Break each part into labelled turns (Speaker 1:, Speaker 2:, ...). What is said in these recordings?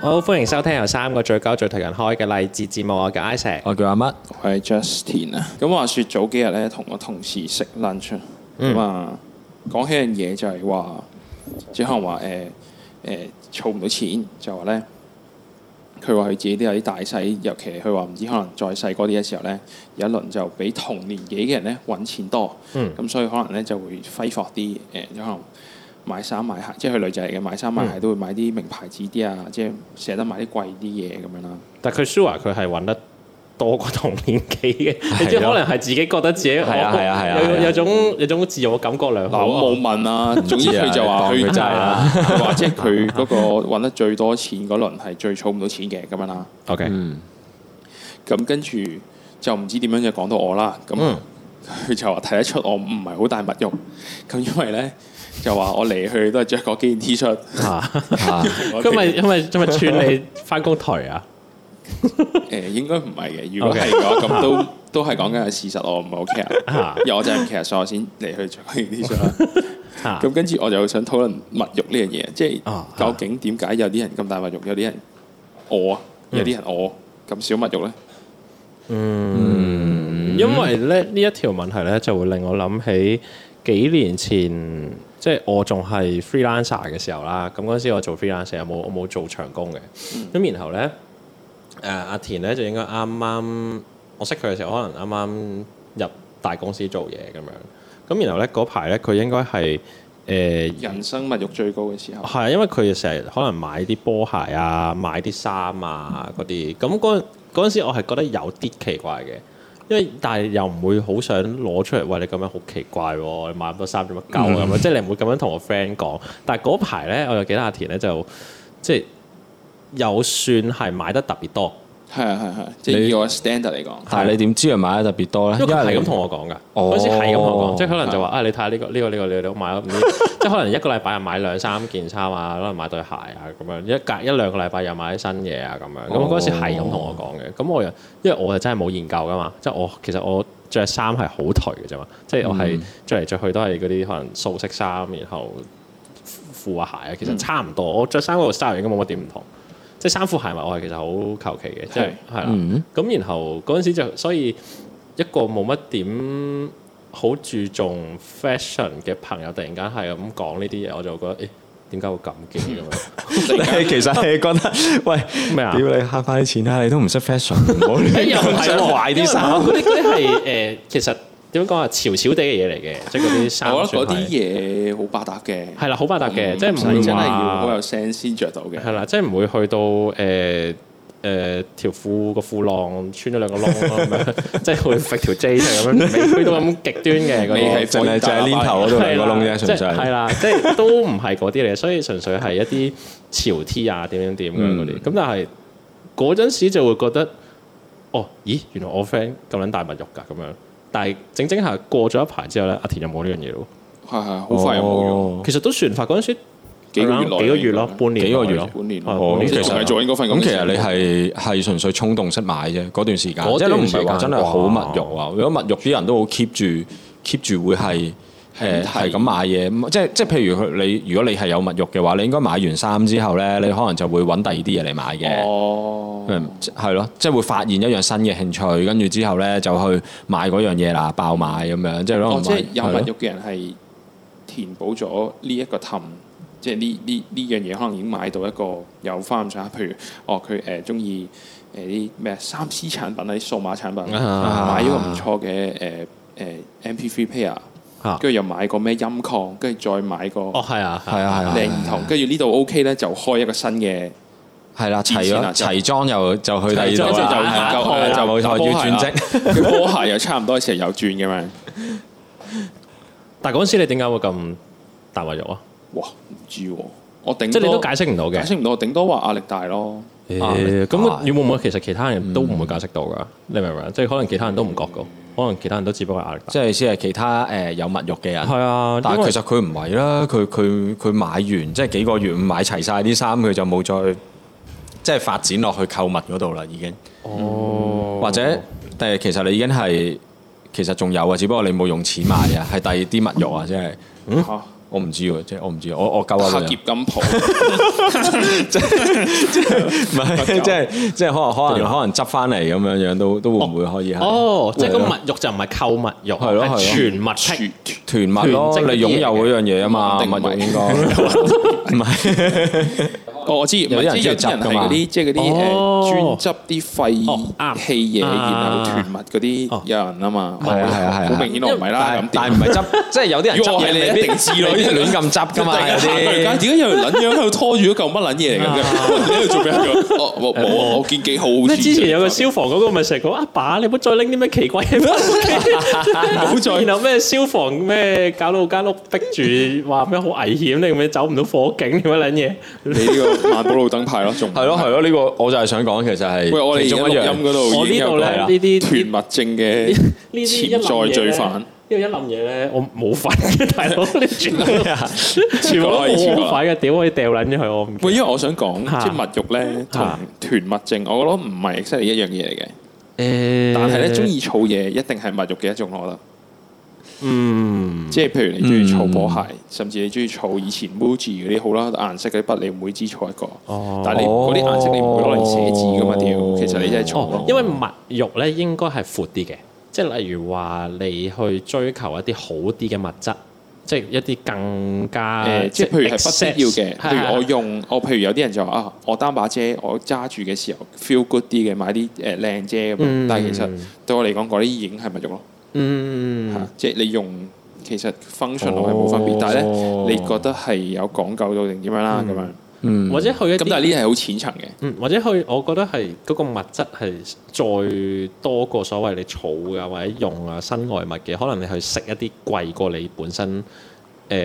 Speaker 1: 好，歡迎收聽由三個最高最同人開嘅勵志節目，我叫 Isaac。
Speaker 2: 我啊叫阿乜，
Speaker 3: 我係 Justin 啊。咁話説早幾日咧，同我同事食 lunch 啊咁啊，講起樣嘢就係話，只可能話誒誒儲唔到錢，就話咧，佢話佢自己都有啲大細，尤其佢話唔知可能再細個啲嘅時候咧，有一輪就比同年紀嘅人咧揾錢多，咁、所以可能咧就會揮霍啲誒，有可能。買衫買鞋，即係佢女仔嚟嘅，買衫買鞋都會買啲名牌子啲啊，即係捨得買啲貴啲嘢咁樣啦。
Speaker 1: 但佢 sure 佢係揾得多過同年紀嘅，你知可 能係自己覺得自己
Speaker 2: 係啊
Speaker 1: 我
Speaker 2: 係啊係啊
Speaker 1: 有
Speaker 2: 係啊
Speaker 1: 有種有種自我感覺良
Speaker 3: 嗱，
Speaker 1: 好。
Speaker 3: 我冇問啊，總之佢就 話
Speaker 2: 當佢
Speaker 3: 佢
Speaker 2: 真係啊啦
Speaker 3: 佢話即係佢嗰個揾得最多錢嗰輪係最儲唔到錢嘅咁樣啦。
Speaker 1: OK，
Speaker 3: 咁跟住就唔知點樣就講到我啦。咁
Speaker 1: 嗯
Speaker 3: 佢就話睇得出我唔係好大物欲。咁因為咧就話我嚟去都係着嗰幾件 T 恤。
Speaker 1: 啊
Speaker 3: 我哋
Speaker 1: 今 日因為因為串你翻工台啊，
Speaker 3: 誒應該唔係嘅，如果
Speaker 1: OK
Speaker 3: 係嘅話，咁都都係講緊係事實，我唔係好 care
Speaker 1: 啊。
Speaker 3: 因為我真係唔 care，所以我先嚟去着嗰件 T 恤啦。
Speaker 1: 嚇
Speaker 3: 咁跟住我就想討論物欲呢樣嘢，即
Speaker 1: 啊
Speaker 3: 係究竟點解有啲人咁大物欲，有啲人我，有啲人我咁少物欲咧？
Speaker 2: 嗯
Speaker 1: 因為咧呢一條問題咧就會令我諗起幾年前，即係我仲係 freelancer 嘅時候啦。咁嗰陣時我做 freelancer，我冇我冇做長工嘅。咁、然後咧，誒、阿田咧就應該啱啱我識佢嘅時候，可能啱啱入大公司做嘢咁樣。咁然後咧嗰排咧，佢應該係誒
Speaker 3: 人生物欲最高嘅時候，
Speaker 1: 係啊，因為佢成日可能買啲波鞋啊，買啲衫啊嗰啲，咁嗰嗰陣時我係覺得有啲奇怪嘅，因為但係又唔會好想攞出嚟，喂你咁樣好奇怪喎、你買咁多衫做乜鳩
Speaker 3: 嗯
Speaker 1: 啊咁樣，即係你唔會咁樣同我 friend 講。但係嗰排咧，我又記得阿田咧就即係又算係買得特別多，
Speaker 3: 係啊係啊係啊，即係
Speaker 2: 你
Speaker 3: 以我嘅 standard 嚟講，
Speaker 2: 但係你點知佢買得特別多咧？
Speaker 1: 因為佢係
Speaker 2: 你
Speaker 1: 咁同我講㗎，
Speaker 2: 哦
Speaker 1: 嗰陣時係咁同我講，即係可能就話啊，你睇下呢個呢個呢個呢個，我買咗唔知， 即係可能一個禮拜又買兩三件衫啊，可能買對鞋啊咁樣，一隔一兩個禮拜又買啲新嘢啊咁樣。咁我嗰陣時係咁同我講嘅，咁我又因為我就真係冇研究㗎嘛，即係我其實我着衫係好頹嘅啫嘛，即係我係着嚟着去都係嗰啲可能素色衫，然後褲啊鞋啊，其實差唔多。我着衫嗰個 style 應該冇乜點唔同。即係衫褲鞋襪，我係其實好求其嘅，即係係啦。啊
Speaker 3: 嗯
Speaker 1: 咁、然後嗰陣時就所以一個冇乜點好注重 fashion 嘅朋友，突然間係咁講呢啲嘢，我就覺得誒點解會咁嘅 咁樣
Speaker 2: 你 其實你覺得 喂，
Speaker 1: 咩啊
Speaker 2: 屌你慳翻啲錢啦，你都唔識 fashion，唔 好哦亂
Speaker 1: 又唔係啊
Speaker 2: 咁
Speaker 1: 喎
Speaker 2: 壞啲衫。
Speaker 1: 因為嗰啲嗰啲係誒其實點樣講啊潮潮地嘅嘢嚟嘅，即係嗰啲衫。
Speaker 3: 我覺得嗰啲嘢好百搭嘅，
Speaker 1: 係啦，好百搭嘅，即係唔
Speaker 3: 唔
Speaker 1: 會
Speaker 3: 使真係
Speaker 1: 話
Speaker 3: 要好有 sense 先着到嘅。
Speaker 1: 係啦，即係唔會去到誒誒條褲個褲浪穿咗兩個窿咯咁 樣，即係會揈條 J 出嚟咁樣，未去到咁極端嘅嗰
Speaker 3: 未
Speaker 1: 啲
Speaker 3: 係。
Speaker 2: 淨係淨係黏頭嗰度兩個窿啫，純
Speaker 1: 即
Speaker 2: 粹
Speaker 1: 係係啊啦， 即係都唔係嗰啲嚟，所以純粹係一啲潮 T 啊點點點咁樣嗰啲。咁但係嗰陣時就會覺得，哦，咦，原來我 friend 咁撚大物欲㗎咁樣。但係整整下過咗一排之後咧，阿田就冇呢樣嘢咯。
Speaker 3: 係係，好快又冇用，
Speaker 2: 哦
Speaker 1: 其實都算法嗰陣時
Speaker 3: 幾個月內
Speaker 1: 幾個月咯，半年
Speaker 2: 幾個月
Speaker 1: 咯，
Speaker 3: 半年
Speaker 1: 係
Speaker 2: 哦
Speaker 1: 半
Speaker 2: 咁
Speaker 1: 年
Speaker 2: 其
Speaker 3: 即
Speaker 2: 實
Speaker 3: 係仲係做緊嗰份
Speaker 2: 咁
Speaker 3: 工
Speaker 2: 其實你係係純粹衝動式買啫，嗰段時間，
Speaker 1: 嗰
Speaker 2: 即
Speaker 1: 段
Speaker 2: 係都唔係話
Speaker 1: 時間
Speaker 2: 真係好
Speaker 1: 哇
Speaker 2: 物欲啊。如果物欲啲人都好 keep 住 keep 住會係誒
Speaker 3: 係
Speaker 2: 係咁買嘢，即係即係譬如佢你如果你係有物欲嘅話，你應該買完衫之後咧，你可能就會揾第二啲嘢嚟買嘅。
Speaker 3: 哦，
Speaker 1: 嗯
Speaker 2: 誒即係咯，即係會發現一樣新嘅興趣，跟住之後咧就去買嗰樣嘢啦，爆買咁樣，即係可能
Speaker 3: 哦，即係
Speaker 2: 買
Speaker 3: 有
Speaker 2: 係
Speaker 3: 物
Speaker 2: 咯
Speaker 3: 欲嘅人係填補咗呢一個氹，即係呢呢呢樣嘢可能已經買到一個有翻咁上下，譬如哦佢誒中意誒啲咩三 C 產品啊，啲數碼產品，
Speaker 1: 啊
Speaker 3: 買咗個唔錯嘅誒誒 MP3 player，
Speaker 1: 啊
Speaker 3: 跟住又買個咩音礦，跟住再買個
Speaker 1: 哦，係啊，
Speaker 2: 係啊係啊
Speaker 3: 靚兒童，跟住呢度 OK 咧就開一個新 嘅。
Speaker 2: 係啦，
Speaker 3: 以
Speaker 2: 齊
Speaker 3: 前
Speaker 2: 咯，
Speaker 3: 啊就
Speaker 2: 齊裝又就去第二
Speaker 3: 就
Speaker 2: 度
Speaker 1: 齊裝打
Speaker 2: 啦，
Speaker 3: 就
Speaker 1: 波啊
Speaker 3: 研究
Speaker 2: 就冇錯要轉職。
Speaker 3: 職，佢波鞋又差唔多嘅時候又轉咁樣。
Speaker 1: 但係嗰陣時你點解會咁大胃肉啊？
Speaker 3: 哇，唔知喎，我頂
Speaker 1: 即係你都
Speaker 3: 多
Speaker 1: 解釋唔到嘅。
Speaker 3: 解釋唔到，我頂多話壓力大咯。
Speaker 1: 誒，
Speaker 2: 啊
Speaker 1: 咁你會唔會其實其他人都唔會解釋到㗎？你明唔啊明？即係可能其他人都唔覺㗎，可能其他人都只不過係壓力大。
Speaker 2: 即係先係其他誒有物欲嘅人。
Speaker 1: 係啊，
Speaker 2: 但
Speaker 1: 因為
Speaker 2: 係其實佢唔係啦，佢佢佢買完即係幾個月買齊晒啲衫，佢就冇再即係發展落去購物嗰度啦，已經。
Speaker 1: 哦，
Speaker 2: 或者但係其實你已經
Speaker 1: 嗯
Speaker 2: 係其實仲有啊，只不過你冇用錢買啊，係第二啲物欲啊，即係
Speaker 3: 嚇
Speaker 2: 我唔知喎，即係我唔知，我我救下
Speaker 3: 黑
Speaker 2: 佢
Speaker 3: 劫
Speaker 2: 啊。
Speaker 3: 金鋪，
Speaker 2: 唔係，即係即係可能可能可能執翻嚟咁樣樣都都會唔會可以係
Speaker 1: 啊哦，即係個物欲就唔係購物欲，
Speaker 2: 係咯係咯
Speaker 1: 係全物癖。
Speaker 2: 團物咯？
Speaker 1: 囤積
Speaker 2: 你擁有嗰樣嘢啊嘛，
Speaker 3: 一定唔係
Speaker 2: 物欲應該 唔係
Speaker 3: 哦我知，唔
Speaker 2: 有啲
Speaker 3: 係
Speaker 2: 人
Speaker 3: 即係有
Speaker 2: 中
Speaker 3: 啲
Speaker 2: 意
Speaker 3: 人
Speaker 2: 執㗎
Speaker 3: 係
Speaker 2: 嘛
Speaker 3: 嗰啲，即係嗰
Speaker 1: 哦
Speaker 3: 啲誒專執啲
Speaker 1: 哦
Speaker 3: 廢
Speaker 1: 啱
Speaker 3: 棄嘢，然後
Speaker 1: 啊
Speaker 3: 囤物嗰
Speaker 1: 哦
Speaker 3: 啲有人啊嘛，
Speaker 2: 係啊係啊係啊
Speaker 3: 好明顯我唔係啦，咁
Speaker 2: 但但唔係執， 即係有啲人
Speaker 3: 如果
Speaker 2: 執
Speaker 3: 我係
Speaker 2: 嘢
Speaker 3: 你
Speaker 2: 未
Speaker 3: 一
Speaker 2: 必
Speaker 3: 定知咯
Speaker 2: 未必亂咁執㗎
Speaker 3: 突
Speaker 2: 嘛，
Speaker 3: 然
Speaker 2: 有
Speaker 3: 間 行過嚟
Speaker 2: 啲
Speaker 3: 點。解有人撚樣喺度拖住嗰嚿乜撚嘢嚟嘅？你喺度做咩啊？哦，冇冇啊，我見幾好好
Speaker 1: 咩？
Speaker 3: 似。
Speaker 1: 之前有個消防嗰個咪成日講阿爸，你唔好再拎啲咩奇怪嘢翻屋企，唔好 再。然後咩消防咩搞到間屋逼住，話咩好危險，你咁樣走唔到火警咁樣撚嘢。
Speaker 3: 你呢個萬寶路燈牌咯，仲
Speaker 2: 係咯係咯，呢個我就係想講，其實係
Speaker 3: 喂，我哋
Speaker 2: 其中
Speaker 3: 而家
Speaker 2: 一
Speaker 3: 錄音
Speaker 2: 樣
Speaker 3: 嗰度已經有個
Speaker 1: 我呢度咧
Speaker 3: 係啦
Speaker 1: 呢啲
Speaker 3: 團物證嘅
Speaker 1: 呢啲一冧嘢
Speaker 3: 潛
Speaker 1: 咧
Speaker 3: 在罪犯。
Speaker 1: 呢個一冧嘢咧，我冇份嘅，大 佬，你全部都全部都
Speaker 3: 全部都係全部
Speaker 1: 冇份嘅，屌可以掉撚咗佢，我唔記
Speaker 3: 喂，因為我想講，
Speaker 1: 嚇
Speaker 3: 即係物欲咧同
Speaker 1: 嚇
Speaker 3: 團物證，我覺得唔係 exactly 一樣嘢嚟嘅。
Speaker 1: 得。
Speaker 3: 但係咧，中意儲嘢一定係物欲嘅一種，我覺得。
Speaker 1: 嗯，
Speaker 3: 即係譬如你中意儲波鞋，甚至你中意儲以前 Muji 嗰啲好啦，顏色嗰啲筆你每支儲一個。
Speaker 1: 哦
Speaker 3: 但係你嗰啲顏色你唔會攞嚟寫字噶嘛？屌，其實你真係儲
Speaker 1: 哦
Speaker 3: 咯，。
Speaker 1: 因為物欲咧應該係闊啲嘅，即係例如話你去追求一啲好啲嘅物質，即係一啲更加
Speaker 3: 誒，呃即係譬如係
Speaker 1: 啊 excess，
Speaker 3: 不必要嘅，
Speaker 1: 係
Speaker 3: 譬如我
Speaker 1: 係
Speaker 3: 用我，譬如有啲人就話啊，我擔把遮，我揸住嘅時候 feel good 啲嘅，買啲誒靚遮咁樣。
Speaker 1: 嗯
Speaker 3: 但係其實對我嚟講，嗰啲已經係物欲咯，嚇
Speaker 1: 嗯，哦
Speaker 3: 即係你用其實 function 我係冇分別，但係咧你覺得係有講究到定點樣啦咁樣。
Speaker 2: 嗯
Speaker 1: 或者去一
Speaker 3: 咁但係
Speaker 1: 啲
Speaker 3: 呢啲係好淺層嘅，
Speaker 1: 嗯，或者去，我覺得係嗰個物質係再多過所謂你儲啊或者用啊身外物嘅，可能你去食一啲貴過你本身誒、呃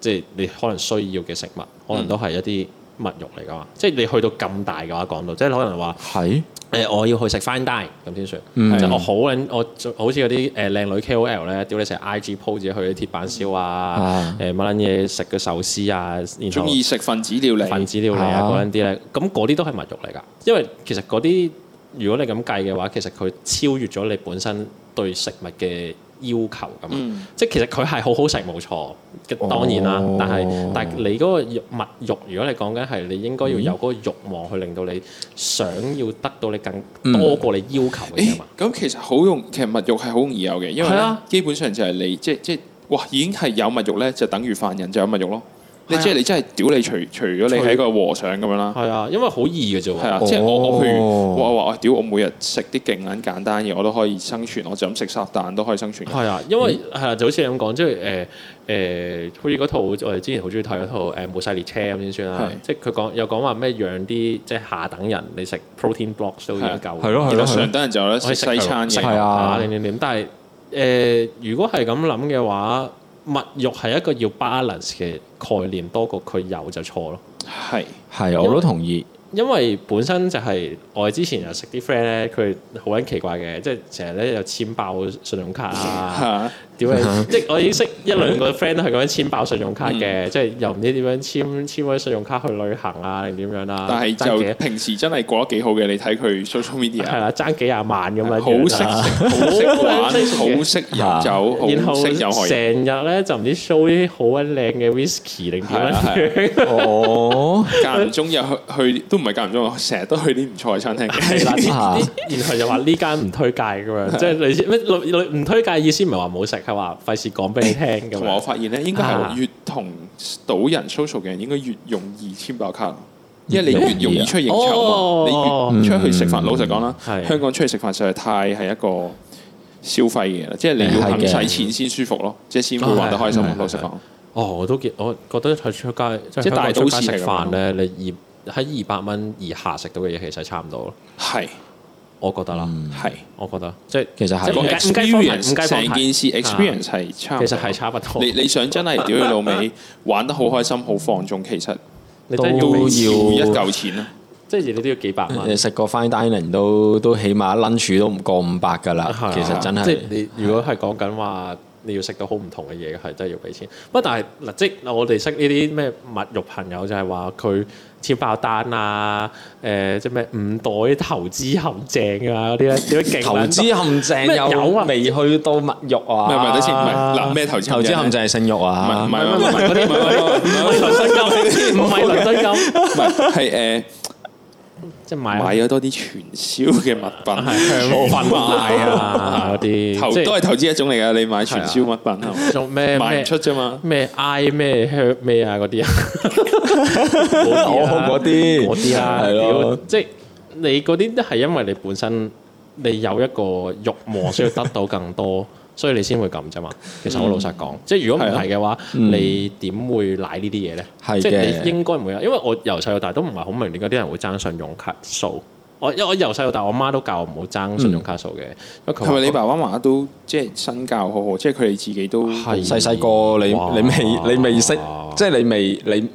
Speaker 1: 即係你可能需要嘅食物，可能都係一啲物欲嚟噶嘛。
Speaker 2: 嗯
Speaker 1: 即係你去到咁大嘅話，講到即係可能話。
Speaker 2: 係
Speaker 1: 誒、我要去食 fine dine 咁先算，
Speaker 2: 嗯
Speaker 1: 即係我好撚我做好似嗰啲誒靚女 KOL 咧，屌你成日 IG po 自己去啲鐵板燒啊
Speaker 2: 啊，
Speaker 1: 誒乜撚嘢食嘅壽司啊，然
Speaker 3: 中
Speaker 1: 後
Speaker 3: 意食分子料理，
Speaker 1: 分子料理啊
Speaker 2: 啊
Speaker 1: 嗰啲咧，咁嗰啲都係物欲嚟㗎，因為其實嗰啲如果你咁計嘅話，其實佢超越咗你本身對食物嘅要求咁。啊
Speaker 3: 嗯
Speaker 1: 即係其實佢係好好食冇錯，嘅當然啦。
Speaker 2: 哦
Speaker 1: 但係但係你嗰個欲物欲，如果你講緊係你應該要有嗰個慾望去令到你想要得到你更多過你要求嘅嘢
Speaker 3: 誒
Speaker 1: 嘛。
Speaker 3: 咁其實好容，其實物欲係好容易有嘅，因為
Speaker 1: 係
Speaker 3: 咧
Speaker 1: 啊
Speaker 3: 基本上就係你即即哇已經係有物欲咧，就等於犯人就有物欲咯。你
Speaker 1: 係啊
Speaker 3: 即係你真係屌你除除咗你係一個和尚咁樣啦，
Speaker 1: 係啊，因為好易嘅啫
Speaker 3: 係
Speaker 1: 喎。
Speaker 3: 啊，即係我我譬如
Speaker 2: 哦
Speaker 3: 我話我屌我每日食啲勁撚簡單嘢，我都可以生存，我就咁食烚蛋都可以生存。
Speaker 1: 係啊，因為係啊，就好似你咁講，即係誒誒，好似嗰套我哋之前好中意睇嗰套誒《末世列車》咁先算啦
Speaker 3: 係。
Speaker 1: 即係佢講有講話咩讓啲即係下等人你食 protein blocks 都已經
Speaker 3: 係啊
Speaker 1: 夠。
Speaker 2: 係咯係
Speaker 3: 其
Speaker 2: 咯
Speaker 3: 實
Speaker 2: 係
Speaker 3: 上
Speaker 2: 咯，
Speaker 3: 等人就有得食
Speaker 1: 可以食
Speaker 3: 西餐
Speaker 1: 食
Speaker 2: 係
Speaker 3: 嘅，
Speaker 2: 啊
Speaker 1: 點點點，但係誒、呃如果係咁諗嘅話，物欲係一個要 balance 嘅概念，多過佢有就錯咯。
Speaker 3: 係
Speaker 2: 係我都同意。
Speaker 1: 因為本身就係、我哋之前又識啲 friend 咧，佢好撚奇怪嘅，即係成日咧又簽爆信用卡啊，
Speaker 3: 嚇
Speaker 1: 屌你！即係我已經識一兩個 friend 都係咁樣簽爆信用卡
Speaker 3: 嗯
Speaker 1: 嘅，即係又唔知點樣簽簽嗰啲信用卡去旅行啊，定點樣啦、
Speaker 3: 但係
Speaker 1: 爭
Speaker 3: 就
Speaker 1: 幾
Speaker 3: 平時真係過得幾好嘅，你睇佢 social
Speaker 1: 係
Speaker 3: media。
Speaker 1: 啦，爭幾廿萬咁樣
Speaker 3: 好
Speaker 1: 樣
Speaker 3: 識食，
Speaker 1: 啦
Speaker 3: 好識玩，
Speaker 1: 好識食嘅
Speaker 3: 好識飲酒，
Speaker 1: 然
Speaker 3: 好
Speaker 1: 後
Speaker 3: 識
Speaker 1: 成
Speaker 3: 飲學嘢。
Speaker 1: 日咧就唔知 show 啲好鬼靚嘅 whisky 定點
Speaker 3: 係啊
Speaker 1: 樣樣，
Speaker 2: 哦，
Speaker 3: 間唔中又去，去都唔係間唔中，成日都去啲唔錯嘅餐廳
Speaker 1: 係 啦
Speaker 3: 嘅。
Speaker 2: 啊
Speaker 1: 呢啲然後又話呢間唔推介咁
Speaker 3: 啊
Speaker 1: 樣，即係類似咩類類唔推介意思唔係話冇食，係話費事講俾你聽咁
Speaker 3: 同埋我
Speaker 1: 樣。
Speaker 3: 發現咧，應該係
Speaker 1: 啊
Speaker 3: 越同到人 social 嘅人，應該越容易簽爆卡，因為你越容易出去應酬
Speaker 1: 啊
Speaker 3: 啊
Speaker 1: 哦嗯
Speaker 3: 嘛，你越出去食飯。老實講啦，
Speaker 1: 係
Speaker 3: 香港出去食飯實在太係一個消費嘅嘢啦，即係你要肯
Speaker 2: 係嘅
Speaker 3: 使錢先舒服咯，即係先會玩得開心
Speaker 2: 係係。
Speaker 3: 老實講，
Speaker 1: 哦，我都見，我覺得喺出街即
Speaker 3: 即係
Speaker 1: 係大
Speaker 3: 大
Speaker 1: 都
Speaker 3: 都市
Speaker 1: 市食
Speaker 3: 係咁
Speaker 1: 飯咧，你二喺二百蚊以下食到嘅嘢其實差唔多咯，
Speaker 3: 係
Speaker 1: 我覺得啦，
Speaker 3: 係
Speaker 1: 我覺得即係
Speaker 2: 其實
Speaker 1: 即係
Speaker 2: 係
Speaker 1: 唔
Speaker 3: 個
Speaker 1: 計唔計方題唔
Speaker 3: experience
Speaker 1: 計方題
Speaker 3: 成件事
Speaker 1: 啊
Speaker 3: experience 係差唔多，
Speaker 1: 其實係差不多
Speaker 3: 你，你想真係屌你老味，玩得好開心、好放縱，其實
Speaker 1: 你真係
Speaker 2: 都
Speaker 1: 要俾
Speaker 2: 要
Speaker 3: 要一嚿錢啦。
Speaker 1: 即係你都要幾百蚊
Speaker 2: 你。食個 fine dining 都都起碼 lunch 都唔過五百㗎啦
Speaker 1: 啊係啊，
Speaker 2: 其實真
Speaker 1: 即
Speaker 2: 係
Speaker 1: 係你如果係講緊話你要食到好唔同嘅嘢，係真係要俾錢。不過但係嗱，即係我哋識呢啲咩物欲朋友就係話佢簽爆單啊，誒、即係咩五袋投資陷阱啊嗰啲咧，點解勁撚
Speaker 2: 投資陷阱
Speaker 1: 咩
Speaker 2: 有
Speaker 1: 有啊
Speaker 2: 未去到物欲啊？
Speaker 3: 唔係唔係等先唔係嗱咩投資陷阱
Speaker 2: 投資陷阱係性欲
Speaker 3: 唔係
Speaker 2: 啊
Speaker 3: 唔？係唔係唔係嗰啲唔
Speaker 1: 唔係倫敦金，
Speaker 3: 係
Speaker 1: 唔係倫敦 金，
Speaker 3: 唔係係誒
Speaker 1: 即係
Speaker 3: 買啊
Speaker 1: 買啊
Speaker 3: 咗多啲傳銷嘅物品，
Speaker 1: 係香粉啊嗰啲，
Speaker 3: 投
Speaker 1: 即
Speaker 3: 都
Speaker 1: 係
Speaker 3: 係投資一種嚟㗎。你買傳銷物品係嘛
Speaker 1: 做咩
Speaker 3: 賣
Speaker 1: 咩
Speaker 3: 唔出啫嘛。
Speaker 1: 咩 I 咩 h 咩啊嗰啲 啊，我
Speaker 2: 我嗰啲啊
Speaker 1: 嗰啲啦，
Speaker 2: 係咯
Speaker 1: 屌即係你嗰啲都係因為你本身你有一個慾望需要得到更多， 所以你先會咁啫嘛。其實我老實講，即係如果唔係嘅話，你點會賴呢啲嘢咧？
Speaker 2: 係
Speaker 1: 即
Speaker 2: 嘅
Speaker 1: 係你應該唔會有，啊因為我由細到大都唔係好明點解啲人會爭信用卡數。我因為我由細到大，我媽都教我唔好爭信用卡數嘅，因為佢
Speaker 3: 係
Speaker 1: 話
Speaker 3: 咪你爸爸媽媽都即係身教好好，即係佢哋自己都
Speaker 1: 係啊
Speaker 2: 細細個你
Speaker 1: 哇
Speaker 2: 你未你未識，即係你未你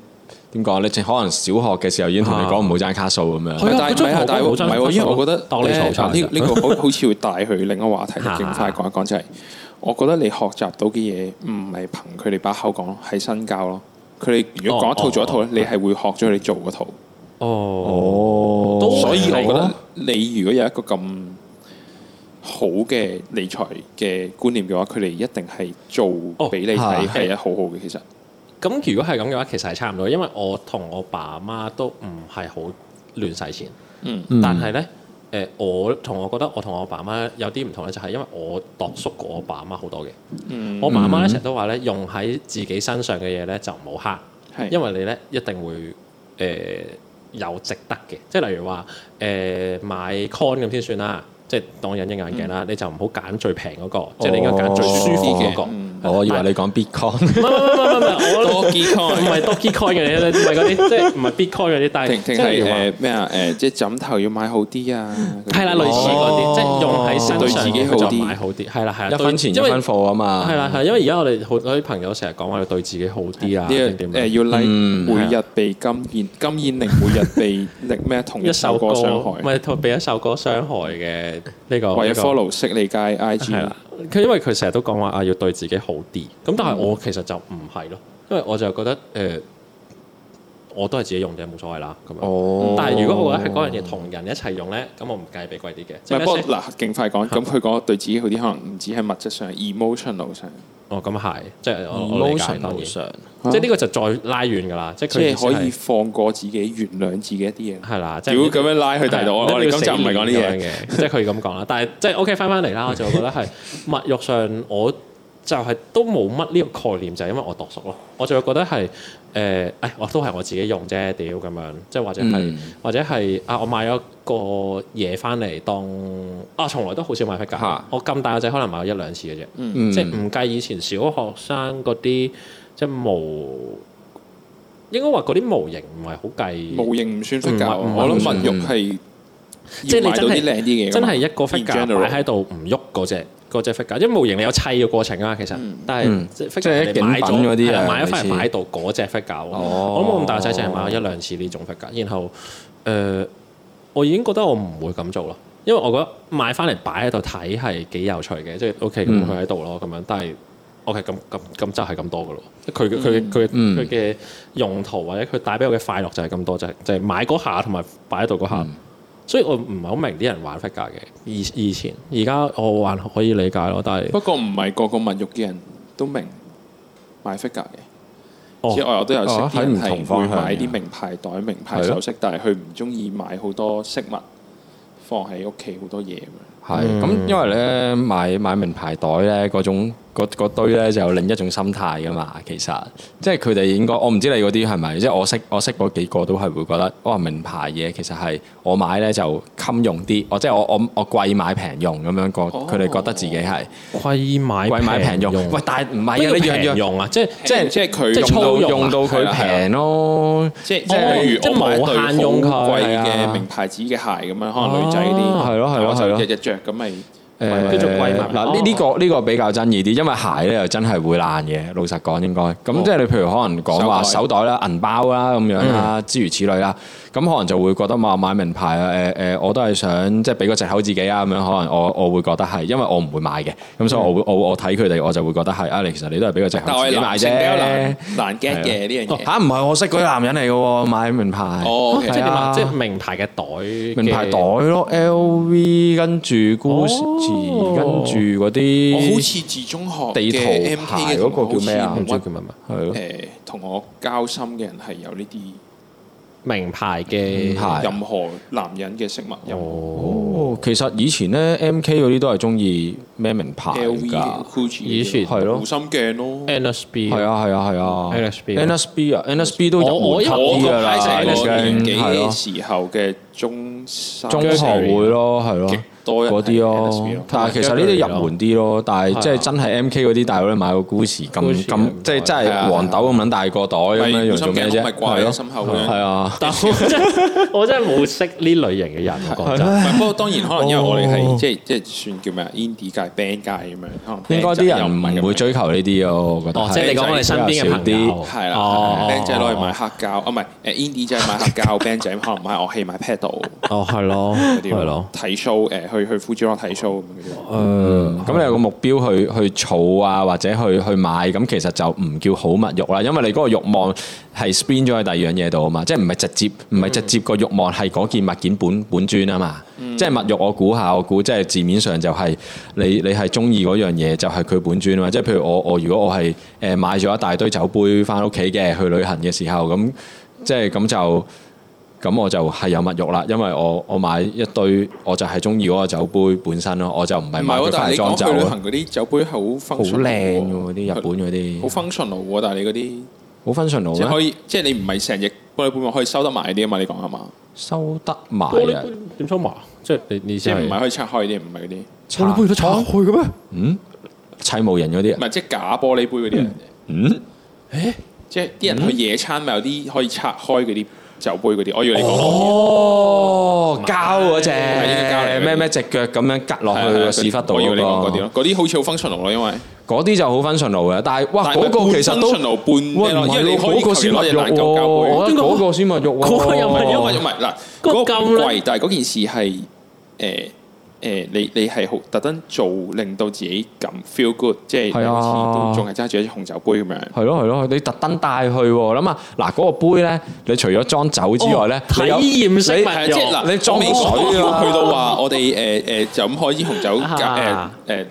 Speaker 2: 點講？你淨可能小學嘅時候已經同
Speaker 1: 啊
Speaker 2: 你講唔好爭卡數咁
Speaker 1: 係啊
Speaker 2: 樣。
Speaker 3: 但
Speaker 1: 嗰
Speaker 3: 係
Speaker 1: 張
Speaker 3: 唔係啊
Speaker 1: 圖
Speaker 3: 但係
Speaker 1: 冇
Speaker 3: 唔
Speaker 1: 真
Speaker 3: 係喎，因為我覺得
Speaker 1: 當你
Speaker 3: 咧
Speaker 1: 嘈餐
Speaker 3: 呢呢個好好 似會帶去另一個話題，
Speaker 1: 嚇
Speaker 3: 勁快講一講就係，我覺得你學習到嘅嘢唔係憑佢哋把口講，係身教咯。佢哋如果講一
Speaker 1: 哦
Speaker 3: 套做一套
Speaker 1: 哦
Speaker 3: 咧，你係會學咗佢哋做嗰套。
Speaker 1: 哦，
Speaker 2: 哦
Speaker 1: 都
Speaker 3: 所以我覺
Speaker 1: 係
Speaker 3: 得你如果有一個咁好嘅理財嘅觀念嘅話，佢哋一定係做
Speaker 1: 哦
Speaker 3: 俾你
Speaker 2: 係
Speaker 3: 睇係一好好嘅。其實
Speaker 1: 咁如果係咁嘅話，其實係差唔多，因為我同我爸媽都唔係好亂使錢，
Speaker 3: 嗯
Speaker 1: 但係咧。誒、我同我覺得我同我爸媽有啲唔同咧，就係因為我度縮過我爸媽好多嘅。
Speaker 3: 嗯
Speaker 1: 我爸媽咧成日都話咧，用喺自己身上嘅嘢咧就唔好慳。
Speaker 3: 係
Speaker 1: 因為你咧一定會誒、有值得嘅，即係例如話誒、買 con 咁先算啦，即係當隱形眼鏡啦，你就唔好揀最平嗰、個，即係你應該揀最舒服嗰、個。
Speaker 3: 嗯
Speaker 2: 哦我以為你講
Speaker 1: 唔
Speaker 2: Bitcoin，
Speaker 1: 係唔係唔係唔係，我
Speaker 3: 多 g
Speaker 1: 唔係 Doge coin 嘅，你唔係嗰啲即係唔係 Bitcoin 嗰啲，但
Speaker 3: 停
Speaker 1: 係即
Speaker 3: 停
Speaker 1: 係例
Speaker 3: 係
Speaker 1: 如話
Speaker 3: 誒咩啊？誒即係枕頭要買好啲啊！
Speaker 1: 係啦，類似嗰啲，即係用喺身上
Speaker 3: 對自己好
Speaker 1: 佢
Speaker 3: 啲
Speaker 1: 就買好啲，係啦係啦，
Speaker 2: 一分錢一
Speaker 1: 對因為
Speaker 2: 分貨啊嘛。
Speaker 1: 係啦係，因為而家我哋好多啲朋友成日講話要對自己好啲啊，定
Speaker 3: 呢
Speaker 1: 點
Speaker 3: 個誒
Speaker 1: 樣
Speaker 3: 要 like
Speaker 2: 嗯
Speaker 3: 每日被金燕 金燕玲每日被力咩同
Speaker 1: 一
Speaker 3: 一
Speaker 1: 首
Speaker 3: 首
Speaker 1: 歌
Speaker 3: 歌傷
Speaker 1: 唔
Speaker 3: 害，
Speaker 1: 係俾一首歌傷害嘅呢個
Speaker 3: 為
Speaker 1: 呢個
Speaker 3: 咗 follow 識你界 IG
Speaker 1: 係啊啦，佢因為佢成日都講話啊，要對自己好啲。咁但
Speaker 3: 嗯
Speaker 1: 係我其實就唔係咯，因為我就覺得誒、呃我都係自己用嘅，冇所謂啦咁樣。
Speaker 2: 哦
Speaker 1: 但係如果我覺得係嗰樣嘢同人一齊用咧，咁我唔計俾貴啲嘅。
Speaker 3: 唔
Speaker 1: 即
Speaker 3: 係，不過
Speaker 1: 係
Speaker 3: 嗱，勁快講，咁佢講對自己好啲，可能唔止係物質上，emotional 上，
Speaker 1: 哦，咁係，即係我我理解當然
Speaker 2: emotional 上
Speaker 3: 啊
Speaker 1: 即係呢個就再拉遠㗎啦，即係
Speaker 3: 即
Speaker 1: 佢
Speaker 3: 係
Speaker 1: 意思
Speaker 3: 可以
Speaker 1: 係
Speaker 3: 放過自己，原諒自己一啲嘢。
Speaker 1: 係啦，即
Speaker 3: 屌
Speaker 1: 係
Speaker 3: 咁樣拉去大度，我我哋今集唔係講呢
Speaker 1: 係啊
Speaker 3: 嘢
Speaker 1: 一定要死練咁樣。嘅，即係佢咁講啦。但係即係 OK 翻翻嚟 啦，我就覺得係物欲上我就係都冇乜呢個概念，就係、因為我度熟咯，我就會覺得係誒，誒、我都係我自己用啫，屌咁樣，即係或者係、
Speaker 2: 嗯
Speaker 1: 或者係啊，我買咗個嘢翻嚟當啊，從來都好少買 figure，、
Speaker 2: 嚇
Speaker 1: 我咁大個仔可能買咗一兩次嘅啫，
Speaker 2: 嗯
Speaker 1: 即係唔計以前小學生嗰啲即係模。應該話嗰啲模型唔係好計，
Speaker 3: 模型唔算 figure，
Speaker 1: 唔係唔係
Speaker 3: 我諗物欲係
Speaker 1: 即係
Speaker 3: 要
Speaker 1: 你
Speaker 3: 買到
Speaker 1: 真係
Speaker 3: 啲靚啲嘢㗎嘛。
Speaker 1: 真係一個
Speaker 3: In
Speaker 1: figure
Speaker 3: general
Speaker 1: 擺喺度唔喐嗰只嗰只 figure，因為模型你有砌嘅過程啊，其實，但係
Speaker 2: 嗯
Speaker 1: 即係
Speaker 2: 即係
Speaker 1: figure 你買
Speaker 2: 景品嗰
Speaker 1: 咗，
Speaker 2: 啲
Speaker 1: 係
Speaker 2: 啊
Speaker 1: 啊買咗
Speaker 2: 類
Speaker 1: 翻
Speaker 2: 似
Speaker 1: 嚟擺喺度嗰只 figure，
Speaker 2: 哦
Speaker 1: 我冇咁大仔，淨係買咗一兩次呢種 figure，然後誒，我已經覺得我唔會咁做咯，因為我覺得買翻嚟擺喺度睇係幾有趣嘅，即係 OK 咁
Speaker 2: 嗯
Speaker 1: 佢喺度咯，咁樣，但係。OK，咁咁咁就係咁多噶咯。佢嘅佢嘅佢嘅
Speaker 2: 嗯
Speaker 1: 佢嘅用途或者佢帶俾我嘅快樂就係咁多，就係、就係、買嗰下同埋擺喺度嗰
Speaker 2: 嗯
Speaker 1: 下。所以我唔係好明啲人玩 figure 嘅，以以前而家我還可以理解咯，但係
Speaker 3: 不過唔係個個物欲嘅人都明買 figure 嘅，
Speaker 1: 哦
Speaker 3: 即係我都有識
Speaker 2: 哦
Speaker 3: 啲
Speaker 2: 喺唔
Speaker 3: 人
Speaker 2: 同
Speaker 3: 係會
Speaker 2: 方向
Speaker 3: 買
Speaker 2: 嘅
Speaker 3: 啲名牌袋、名牌
Speaker 2: 係咯
Speaker 3: 首飾，但係佢唔中意買好多飾物放喺屋企好多嘢咁樣。
Speaker 2: 係
Speaker 1: 嗯
Speaker 2: 咁，因為咧買買名牌袋咧嗰種嗰嗰堆咧就有另一種心態噶嘛，其實即係佢哋應該我唔知你嗰啲係咪，即係我識我識嗰幾個都係會覺得哇名牌嘢其實係我買咧就襟用啲，哦我即係我我我貴買平用咁樣個，
Speaker 1: 哦
Speaker 2: 佢哋覺得自己係
Speaker 1: 貴買
Speaker 2: 貴買平用，喂
Speaker 1: 喂，
Speaker 2: 但係唔
Speaker 1: 係
Speaker 2: 係
Speaker 1: 啊，
Speaker 2: 啊，
Speaker 1: 你
Speaker 2: 你樣
Speaker 1: 樣
Speaker 2: 樣
Speaker 1: 用啊，即係
Speaker 3: 即係即係佢
Speaker 1: 即係
Speaker 2: 用
Speaker 1: 粗
Speaker 2: 到
Speaker 1: 用啊
Speaker 2: 用到佢
Speaker 3: 係啦係啦
Speaker 2: 平咯，
Speaker 3: 即係
Speaker 1: 哦
Speaker 3: 例
Speaker 1: 即
Speaker 3: 如
Speaker 1: 係
Speaker 3: 我買對
Speaker 1: 無限用佢
Speaker 3: 好貴
Speaker 1: 係啊
Speaker 3: 嘅名牌子嘅鞋咁樣，可能女仔啲，
Speaker 1: 哦
Speaker 2: 係咯係咯
Speaker 3: 我
Speaker 2: 係
Speaker 3: 就
Speaker 2: 咯
Speaker 3: 日日着咁咪
Speaker 2: 誒
Speaker 1: 繼續貴埋
Speaker 2: 嗱呢呢個呢個比較爭議啲，因為鞋咧又真係會爛嘅，老實講應該。咁即係你譬如可能講話手
Speaker 3: 手
Speaker 2: 袋啦、銀包啦咁樣啦，諸如此類啦，咁可能就會覺得話買名牌啊，誒誒，我都係想即係俾個藉口自己啊咁樣，可能我我會覺得係，因為我唔會買嘅，咁所以我會我我睇佢哋我就會覺得係啊，你其實你都係俾個藉
Speaker 3: 但
Speaker 2: 口
Speaker 3: 我
Speaker 2: 自己
Speaker 3: 係
Speaker 2: 買
Speaker 3: 哦男性比較難
Speaker 2: 啫。
Speaker 3: 難 get 嘅呢樣嘢。
Speaker 2: 嚇唔係我識嗰啲男人嚟嘅喎，買名牌。
Speaker 3: 哦，OK
Speaker 1: 即係點啊？
Speaker 2: 係啊
Speaker 1: 即係名牌嘅袋嘅，
Speaker 2: 名牌袋咯，LV 跟住 Gucci
Speaker 1: 哦
Speaker 2: 跟住嗰
Speaker 3: 我好
Speaker 2: 啲，
Speaker 3: 似自中學
Speaker 2: 地圖
Speaker 3: 嘅 M
Speaker 2: 牌
Speaker 3: K 嘅
Speaker 2: 嗰個叫咩啊
Speaker 1: 我唔
Speaker 3: 同
Speaker 1: 知
Speaker 3: 學
Speaker 1: 叫乜乜
Speaker 2: 係咯
Speaker 3: 好似冇乜誒，同我交心嘅人係有呢啲
Speaker 1: 名牌嘅
Speaker 2: 名嗯牌
Speaker 3: 任何男人嘅飾物，任何
Speaker 1: 哦，
Speaker 2: 哦，其實以前咧 MK 嗰啲都係中意咩名牌㗎
Speaker 3: LV 嘅，Gucci
Speaker 1: 以前
Speaker 2: 係咯
Speaker 3: 護心鏡咯。
Speaker 1: NSB
Speaker 2: 係啊係啊係啊
Speaker 1: NSB 啊
Speaker 2: NSB 啊 NSB 都入
Speaker 1: 我
Speaker 2: 門級
Speaker 3: 我
Speaker 2: 啲
Speaker 3: 個
Speaker 2: 㗎啦，
Speaker 3: 牌就係我年紀
Speaker 2: 係咯
Speaker 3: 嘅時候嘅中三
Speaker 2: 中學會咯係咯
Speaker 3: 極。多人
Speaker 2: 嗰啲
Speaker 3: 係 NSB
Speaker 2: 咯，但係其實呢啲入門啲咯，但
Speaker 1: 係啊
Speaker 2: 係即係真係 M K 嗰啲大佬咧買個 Gucci 咁
Speaker 1: Gucci
Speaker 2: 咁
Speaker 1: 嘅，
Speaker 2: 即係真
Speaker 3: 係啊係
Speaker 2: 係
Speaker 3: 啊
Speaker 2: 黃豆咁撚大個袋咁樣
Speaker 3: 咪
Speaker 2: 用做咩啫？
Speaker 3: 咪掛喺心口嘅
Speaker 2: 係啊，
Speaker 1: 但我真 係我真係冇識呢類型嘅人，我講真。
Speaker 3: 唔係不過當然可能因為我哋
Speaker 2: 哦
Speaker 3: 係即係即係算叫咩啊 indie 界 band 界咁樣，可能
Speaker 2: 應該啲
Speaker 3: band 仔又係
Speaker 2: 人
Speaker 3: 咁
Speaker 2: 唔會
Speaker 3: 樣
Speaker 2: 追求呢啲咯，我覺得係。
Speaker 1: 哦，即係你講我哋身邊嘅朋友，
Speaker 3: 係啦，
Speaker 1: 哦
Speaker 3: 僆仔攞嚟買黑膠，啊唔係誒 indie 仔買黑膠，band 仔可能買樂器買 pedal
Speaker 1: 哦，係咯，
Speaker 3: 嗰啲
Speaker 1: 係咯，
Speaker 3: 睇 show 誒去去 Fuji Rock 睇 show 咁樣嗰啲咯
Speaker 2: 嗯
Speaker 1: 哦
Speaker 2: 咁你有個目標去去儲啊，或者去去買，咁其實就唔叫好物欲啦，因為你嗰個慾望係 spin 咗去第二樣嘢度啊嘛，即係唔係直接唔係直接個慾望係嗰件物件本本尊啊嘛，
Speaker 1: 嗯
Speaker 2: 即係物欲我估下，我估即係字面上就係你你係中意嗰樣嘢就係佢本尊啊嘛，即係譬如我我如果我係誒買咗一大堆酒杯翻屋企嘅，去旅行嘅時候咁，即係咁就。咁我就係有物欲啦，因為我我買一堆，我就係中意嗰個酒杯本身咯，我就唔係
Speaker 3: 唔
Speaker 2: 買
Speaker 3: 係喎
Speaker 2: 佢，
Speaker 3: 但係
Speaker 2: 翻
Speaker 3: 你
Speaker 2: 裝
Speaker 3: 講
Speaker 2: 酒
Speaker 3: 去旅
Speaker 2: 咯。
Speaker 3: 行嗰啲酒杯好
Speaker 2: 好
Speaker 3: function
Speaker 2: 靚嘅喎，啲日本嗰
Speaker 3: 好
Speaker 2: 啲
Speaker 3: functional 喎，但係你嗰啲
Speaker 2: 好啊 functional
Speaker 3: 即
Speaker 2: 咩？
Speaker 3: 係可以即係你唔係成日玻璃杯，可以收得埋啲啊嘛？你講係嘛？
Speaker 2: 收得埋
Speaker 1: 玻璃
Speaker 2: 啊！
Speaker 1: 杯點收埋？即係你你意思
Speaker 3: 即係唔係
Speaker 1: 係
Speaker 3: 可以拆開啲，唔係嗰啲，
Speaker 1: 玻
Speaker 3: 唔
Speaker 1: 璃杯都拆開嘅咩？
Speaker 2: 嗯砌模型嗰啲啊，
Speaker 3: 係即係假玻璃杯嗰啲人。
Speaker 2: 嗯，
Speaker 3: 即係啲人去野餐咪有啲可以拆開嗰啲酒杯嗰啲，我以為你講嗰啲
Speaker 2: 哦，膠嗰只
Speaker 3: 呢個啊膠嚟嘅
Speaker 2: 咩咩只腳咁樣吉落去
Speaker 3: 係啊係啊
Speaker 2: 個屎忽度
Speaker 3: 我以為你講嗰啲
Speaker 2: 嗰
Speaker 3: 咯，嗰啲好似好 functional 咯，因為
Speaker 2: 個，嗰啲就好 functional 嘅。但係哇，
Speaker 3: 但係
Speaker 2: 嗰個其實都
Speaker 3: functional 半
Speaker 2: 喂
Speaker 3: 咩
Speaker 2: 唔
Speaker 3: 咯，因
Speaker 2: 係
Speaker 3: 為你
Speaker 2: 喎
Speaker 3: 可以
Speaker 2: 嗰個
Speaker 3: 求其
Speaker 2: 先物
Speaker 3: 攞
Speaker 2: 欲
Speaker 3: 嘢
Speaker 2: 喎，
Speaker 3: 爛舊膠杯。
Speaker 2: 我覺得嗰個先物欲喎，
Speaker 1: 嗰個又唔係
Speaker 3: 因
Speaker 1: 因
Speaker 3: 為
Speaker 1: 為
Speaker 3: 因為嗱，
Speaker 1: 個
Speaker 3: 嗰個
Speaker 1: 咁
Speaker 3: 唔
Speaker 1: 咧
Speaker 3: 貴，但係嗰件事係誒誒，你你係好特登做，令到自己咁 feel good，即係
Speaker 2: 係
Speaker 3: 你
Speaker 2: 啊
Speaker 3: 好似都仲係揸住一隻紅酒杯咁樣。
Speaker 2: 係咯係咯，你特登帶去喎，諗下嗱嗰個杯咧，你除咗裝酒之外咧，哦你有
Speaker 1: 哦體驗式物
Speaker 3: 係啊，即係
Speaker 1: 慾
Speaker 3: 嗱，
Speaker 2: 你裝
Speaker 3: 我未
Speaker 2: 水啊
Speaker 3: 講去到話我哋誒誒就咁可以紅酒誒
Speaker 1: 啊
Speaker 3: 誒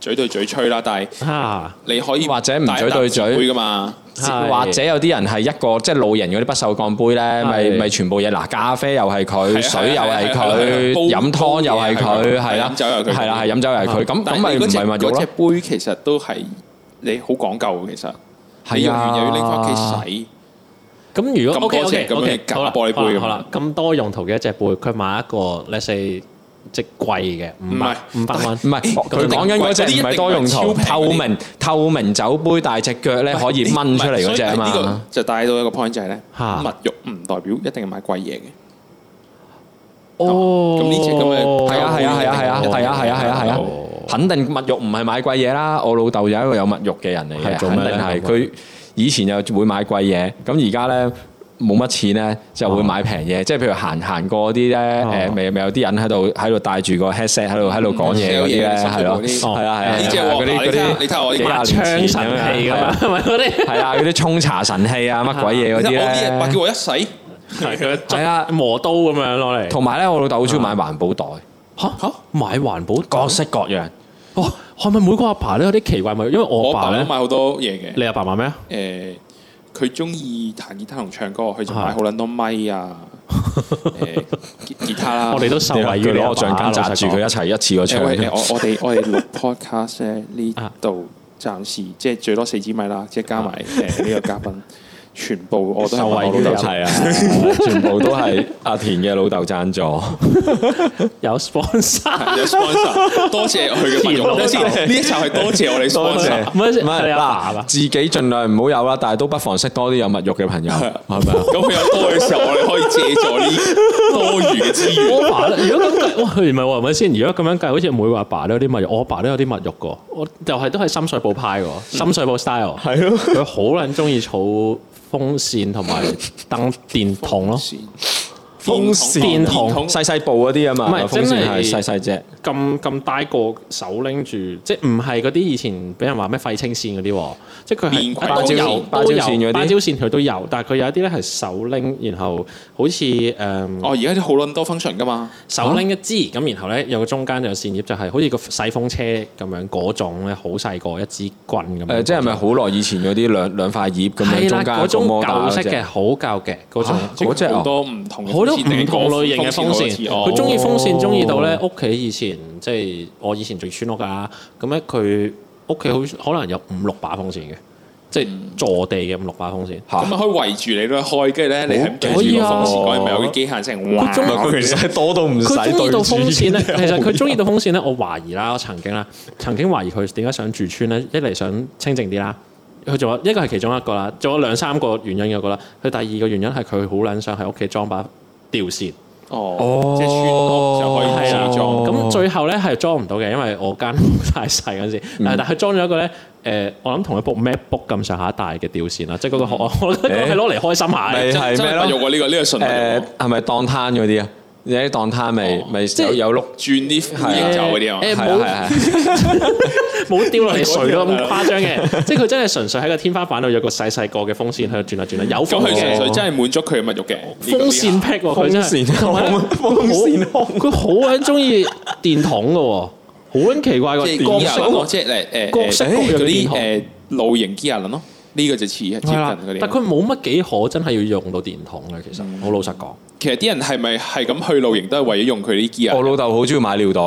Speaker 3: 嘴對嘴吹啦，但係。
Speaker 1: 啊！
Speaker 3: 你可以
Speaker 2: 或者唔嘴對嘴
Speaker 3: 會噶嘛？
Speaker 1: 係
Speaker 2: 或者有啲人係一個即係露營嗰啲不鏽鋼杯咧，咪
Speaker 1: 係
Speaker 2: 咪全部嘢嗱，咖啡又係
Speaker 3: 係
Speaker 2: 佢，
Speaker 3: 啊
Speaker 2: 水又係
Speaker 3: 係啊係
Speaker 2: 佢
Speaker 3: 啊，煲
Speaker 2: 飲湯又係
Speaker 3: 煲嘢
Speaker 2: 佢，
Speaker 3: 係佢
Speaker 2: 係啦，
Speaker 3: 飲酒又係佢
Speaker 2: 係啦，係飲酒又係佢，咁咁
Speaker 3: 但
Speaker 2: 咪
Speaker 3: 係
Speaker 2: 唔
Speaker 3: 你嗰隻
Speaker 2: 係物慾
Speaker 3: 嗰
Speaker 2: 咯
Speaker 3: 隻？杯其實都係你好講究嘅，其實你
Speaker 2: 係
Speaker 3: 用完又要拎翻
Speaker 2: 啊
Speaker 3: 屋，企洗，
Speaker 1: 咁如果
Speaker 3: 咁
Speaker 1: OK
Speaker 3: 多隻
Speaker 1: OK
Speaker 3: 咁樣
Speaker 1: OK，
Speaker 3: 夾
Speaker 1: 好啦
Speaker 3: 玻璃杯
Speaker 1: 好啦
Speaker 3: 咁
Speaker 1: 好啦，咁多用途嘅一隻杯，佢買一個 let's say 即係貴嘅五百
Speaker 3: 唔係
Speaker 1: 五百蚊，
Speaker 2: 唔係佢講緊嗰隻唔係多用途，透明透明酒杯大隻腳 咧可以掹出嚟嗰只啊
Speaker 3: 唔係所以呢
Speaker 2: 嘛
Speaker 3: 個，就帶到一個 point 就係咧，
Speaker 1: 嚇
Speaker 3: 物慾唔代表一定係買貴嘢嘅。
Speaker 1: 哦，
Speaker 3: 咁呢隻咁嘅
Speaker 2: 係啊係啊係啊係啊係啊係啊係啊係啊
Speaker 1: 哦，
Speaker 2: 肯定物慾唔係買貴嘢啦。我老豆就係一個有物慾嘅人嚟嘅，
Speaker 1: 係做
Speaker 2: 肯
Speaker 1: 咩咧
Speaker 2: 定係佢以前又會買貴嘢，咁而家咧。冇乜錢咧，就會買平嘢，即係譬如行行過嗰啲咧，誒咪咪有啲人喺度喺度戴住個 headset 喺度喺度講嘢嗰啲咧，係咯，係啊係啊，
Speaker 3: 呢隻
Speaker 2: 嗰啲嗰啲
Speaker 3: 你睇下我呢
Speaker 2: 幾
Speaker 3: 個
Speaker 2: 廿
Speaker 1: 抹槍
Speaker 2: 年
Speaker 1: 神
Speaker 2: 前咁樣
Speaker 1: 器咁樣，係咪嗰啲？
Speaker 2: 係啊嗰啲沖茶神器啊乜鬼嘢嗰啲
Speaker 3: 其實我啲嘢白叫
Speaker 2: 咧，
Speaker 3: 我一洗，
Speaker 1: 係佢
Speaker 2: 係啊
Speaker 1: 磨刀咁樣攞嚟。
Speaker 2: 同埋咧我老豆好中意買環保袋，
Speaker 1: 嚇嚇買環保
Speaker 2: 各式各樣。
Speaker 1: 哇！係咪每個阿爸都有啲奇怪咪？因為我
Speaker 3: 我
Speaker 1: 阿
Speaker 3: 爸
Speaker 1: 爸
Speaker 3: 都
Speaker 1: 咧，
Speaker 3: 買好多嘢嘅。
Speaker 1: 你阿爸買咩啊？
Speaker 3: 誒，佢中意彈吉他同唱歌，佢就買好撚多咪啊， 誒吉吉他啦。
Speaker 1: 我哋都受惠於
Speaker 2: 佢
Speaker 1: 你
Speaker 2: 攞
Speaker 1: 阿
Speaker 2: 個
Speaker 1: 爸
Speaker 2: 橡
Speaker 1: 啊
Speaker 2: 筋扎住佢一。齊一次過
Speaker 3: 誒
Speaker 2: 唱。
Speaker 3: 喂誒我我哋我哋 錄 podcast 咧呢
Speaker 1: 啊
Speaker 3: 度暫時即係最多四支米啦，即係加埋誒呢個嘉賓，全部我都係
Speaker 1: 受惠
Speaker 3: 問我
Speaker 1: 於
Speaker 2: 老
Speaker 3: 老豆
Speaker 2: 豆
Speaker 1: 有
Speaker 2: 砌啊，全部都係阿田嘅老豆贊助，
Speaker 1: 有 sponsor，
Speaker 3: 有 sponsor，多謝佢嘅朋友。
Speaker 1: 多
Speaker 3: 多
Speaker 1: 謝
Speaker 3: 謝呢一集係多謝我哋 sponsor。
Speaker 1: 唔係係你啊阿爸
Speaker 2: 嗱
Speaker 1: 吧，
Speaker 2: 自己盡量唔好有啦，但係都不妨識多啲有物欲嘅朋友，係咪啊？
Speaker 3: 咁佢有多嘅時候，我哋可以借助呢多餘嘅資源。
Speaker 1: 我阿爸 咧，如果咁計，哇，唔係喎，係咪先？如果咁樣計，好似每個阿爸都有啲物欲，我阿爸都有啲物欲噶，我就係都係深水埗派噶，深水埗 style，
Speaker 2: 係咯
Speaker 1: 佢好撚中意儲風扇同埋燈電筒咯，
Speaker 2: 風扇
Speaker 1: 電
Speaker 3: 筒
Speaker 1: 筒
Speaker 2: 細細部嗰啲啊嘛，
Speaker 1: 唔係
Speaker 2: 風
Speaker 1: 真
Speaker 2: 扇
Speaker 1: 係
Speaker 2: 係細細只，
Speaker 1: 咁咁大個手拎住，即係唔係嗰啲以前俾人話咩廢青線嗰啲喎，即係佢
Speaker 3: 面
Speaker 1: 係
Speaker 3: 攜
Speaker 1: 啊
Speaker 3: 芭
Speaker 1: 都
Speaker 3: 蕉
Speaker 1: 有
Speaker 2: 扇芭蕉
Speaker 1: 都
Speaker 2: 扇
Speaker 1: 有
Speaker 2: 嗰啲
Speaker 1: 芭蕉線佢都有，但係佢有一啲咧係手拎，然後好似誒。嗯
Speaker 3: 哦，而家啲好撚多 function 噶嘛，
Speaker 1: 手拎一支，咁然後咧有個中間有扇葉，就係好似個細風車咁樣嗰種咧，好細個一支棍咁樣。
Speaker 2: 誒，即係咪好耐以前嗰啲兩兩塊葉咁樣
Speaker 1: 係啦，
Speaker 2: 中間
Speaker 1: 嗰
Speaker 2: 個
Speaker 1: 種
Speaker 2: 摩打
Speaker 1: 舊
Speaker 2: 嗰
Speaker 1: 式
Speaker 2: 隻
Speaker 1: 嘅，好舊嘅嗰種。
Speaker 2: 啊嗰隻啊
Speaker 3: 好多唔同嘅
Speaker 1: 好多唔
Speaker 3: 風扇定係
Speaker 1: 同類型嘅風
Speaker 3: 風
Speaker 1: 扇，
Speaker 3: 扇好多
Speaker 1: 佢
Speaker 3: 次
Speaker 1: 中意風扇
Speaker 2: 哦
Speaker 1: 中意到咧，屋企以前即係我以前住村屋㗎，咁咧佢屋企好可能有五六把風扇嘅，即係
Speaker 2: 嗯
Speaker 1: 坐地嘅五六把風扇。
Speaker 3: 哦咁
Speaker 2: 嚇
Speaker 3: 啊可以圍住你都開，跟住咧你係唔記得住
Speaker 1: 可以
Speaker 3: 個
Speaker 1: 啊
Speaker 3: 風扇嗰咪有啲機械聲，哇！
Speaker 1: 中
Speaker 2: 唔係啊佢其實多到唔使
Speaker 1: 佢中意到風扇 咧，
Speaker 2: 對
Speaker 1: 其
Speaker 2: 住
Speaker 1: 實佢中意到風扇咧，我懷疑啦，我曾經啦，曾經懷疑佢點解想住村咧，一嚟想清靜啲啦，佢仲有一個係其中一個啦，仲有兩三個原因有個啦，佢第二個原因係佢好撚想喺屋企裝把吊扇，
Speaker 3: 哦，即係村屋就可以
Speaker 1: 係啦
Speaker 3: 自己裝。
Speaker 1: 咁、最後咧係裝唔到嘅，因為我間屋 太細嗰陣時，但係但係佢裝咗一個咧。誒、我諗同一部 MacBook 咁上下大嘅吊扇啦，即係嗰個我我覺得係攞嚟開心下嘅
Speaker 2: 咪。
Speaker 3: 真
Speaker 2: 係
Speaker 3: 真
Speaker 2: 咩
Speaker 3: 係物欲
Speaker 2: 咯？
Speaker 3: 啊喎呢個呢個純物欲
Speaker 2: 誒
Speaker 3: 喎，
Speaker 2: 係咪當攤嗰啲啊？你喺當攤咪咪
Speaker 1: 即係
Speaker 2: 有有碌
Speaker 3: 轉啲煙酒嗰啲啊嘛
Speaker 1: 誒，
Speaker 2: 係
Speaker 1: 冇
Speaker 2: 啊係啊係啊
Speaker 1: 冇掉落嚟水咯咁誇張嘅，即係佢真係純粹喺個天花板度有個細細個嘅風扇喺度轉嚟轉去，有
Speaker 3: 咁
Speaker 1: 風
Speaker 3: 佢純粹
Speaker 1: 嘅。
Speaker 3: 真係滿足佢嘅物欲嘅呢個
Speaker 1: 風扇
Speaker 3: 呢
Speaker 1: 癖喎，佢真係
Speaker 2: 風扇啊
Speaker 1: 同埋呢
Speaker 2: 風扇
Speaker 1: 好佢好撚中意電筒嘅喎，好撚奇怪
Speaker 3: 個
Speaker 1: 個
Speaker 3: 即係
Speaker 1: 各
Speaker 3: 機械人咯
Speaker 1: 式
Speaker 3: 即係誒誒
Speaker 1: 各式
Speaker 3: 誒
Speaker 1: 各樣嘅
Speaker 3: 嗰
Speaker 1: 電
Speaker 3: 啲
Speaker 1: 筒
Speaker 3: 誒露營機械人咯，呢個就似係接近
Speaker 1: 係啦
Speaker 3: 嗰，啲
Speaker 1: 但
Speaker 3: 咯。
Speaker 1: 佢冇乜幾可真係要用到電筒嘅，其實好老實講，
Speaker 3: 其實啲人係咪係咁去露營都係為咗用佢啲機械
Speaker 2: 我
Speaker 3: 人？
Speaker 2: 老豆好中意買尿袋，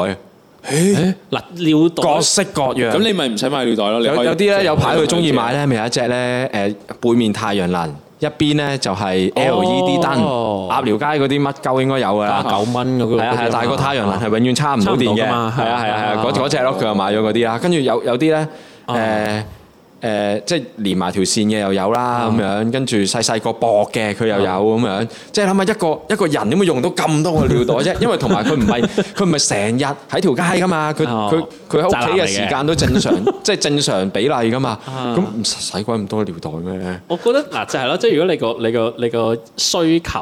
Speaker 1: 嗱尿袋
Speaker 2: 各式各樣。
Speaker 3: 咁你咪唔使買尿袋咯，你可
Speaker 2: 有
Speaker 3: 以
Speaker 2: 有啲咧有排佢中意買
Speaker 3: 咧。
Speaker 2: 咧，咪有一隻咧誒背面太陽能，一邊咧就係 LED 燈，
Speaker 1: 哦
Speaker 2: 鴨寮街嗰啲乜鳩應該有㗎
Speaker 1: 打
Speaker 2: 啦。
Speaker 1: 九蚊嗰個，
Speaker 2: 係啊係啊，但係個太陽能係永遠差唔到電
Speaker 1: 差
Speaker 2: 嘅，係
Speaker 1: 唔到㗎
Speaker 2: 啊
Speaker 1: 嘛係
Speaker 2: 係
Speaker 1: 啊
Speaker 2: 啊係啊，嗰
Speaker 1: 係啊
Speaker 2: 嗰只咯，佢又買咗嗰啲啦。跟住有有啲咧誒誒，即係連埋條線嘅又有啦咁樣，跟住細細個薄嘅佢又有咁樣，即係諗下一個一個人點會用到咁多個 尿袋啫？因為同埋佢唔係佢唔係成日喺條街㗎嘛，佢
Speaker 1: 哦
Speaker 2: 佢佢喺屋企嘅時
Speaker 1: 宅男
Speaker 2: 間 都正常，即係正常比例㗎嘛。
Speaker 1: 啊
Speaker 2: 咁唔使使鬼咁多尿袋咩？
Speaker 1: 我覺得嗱就係咯，即係如果你個你個你個需求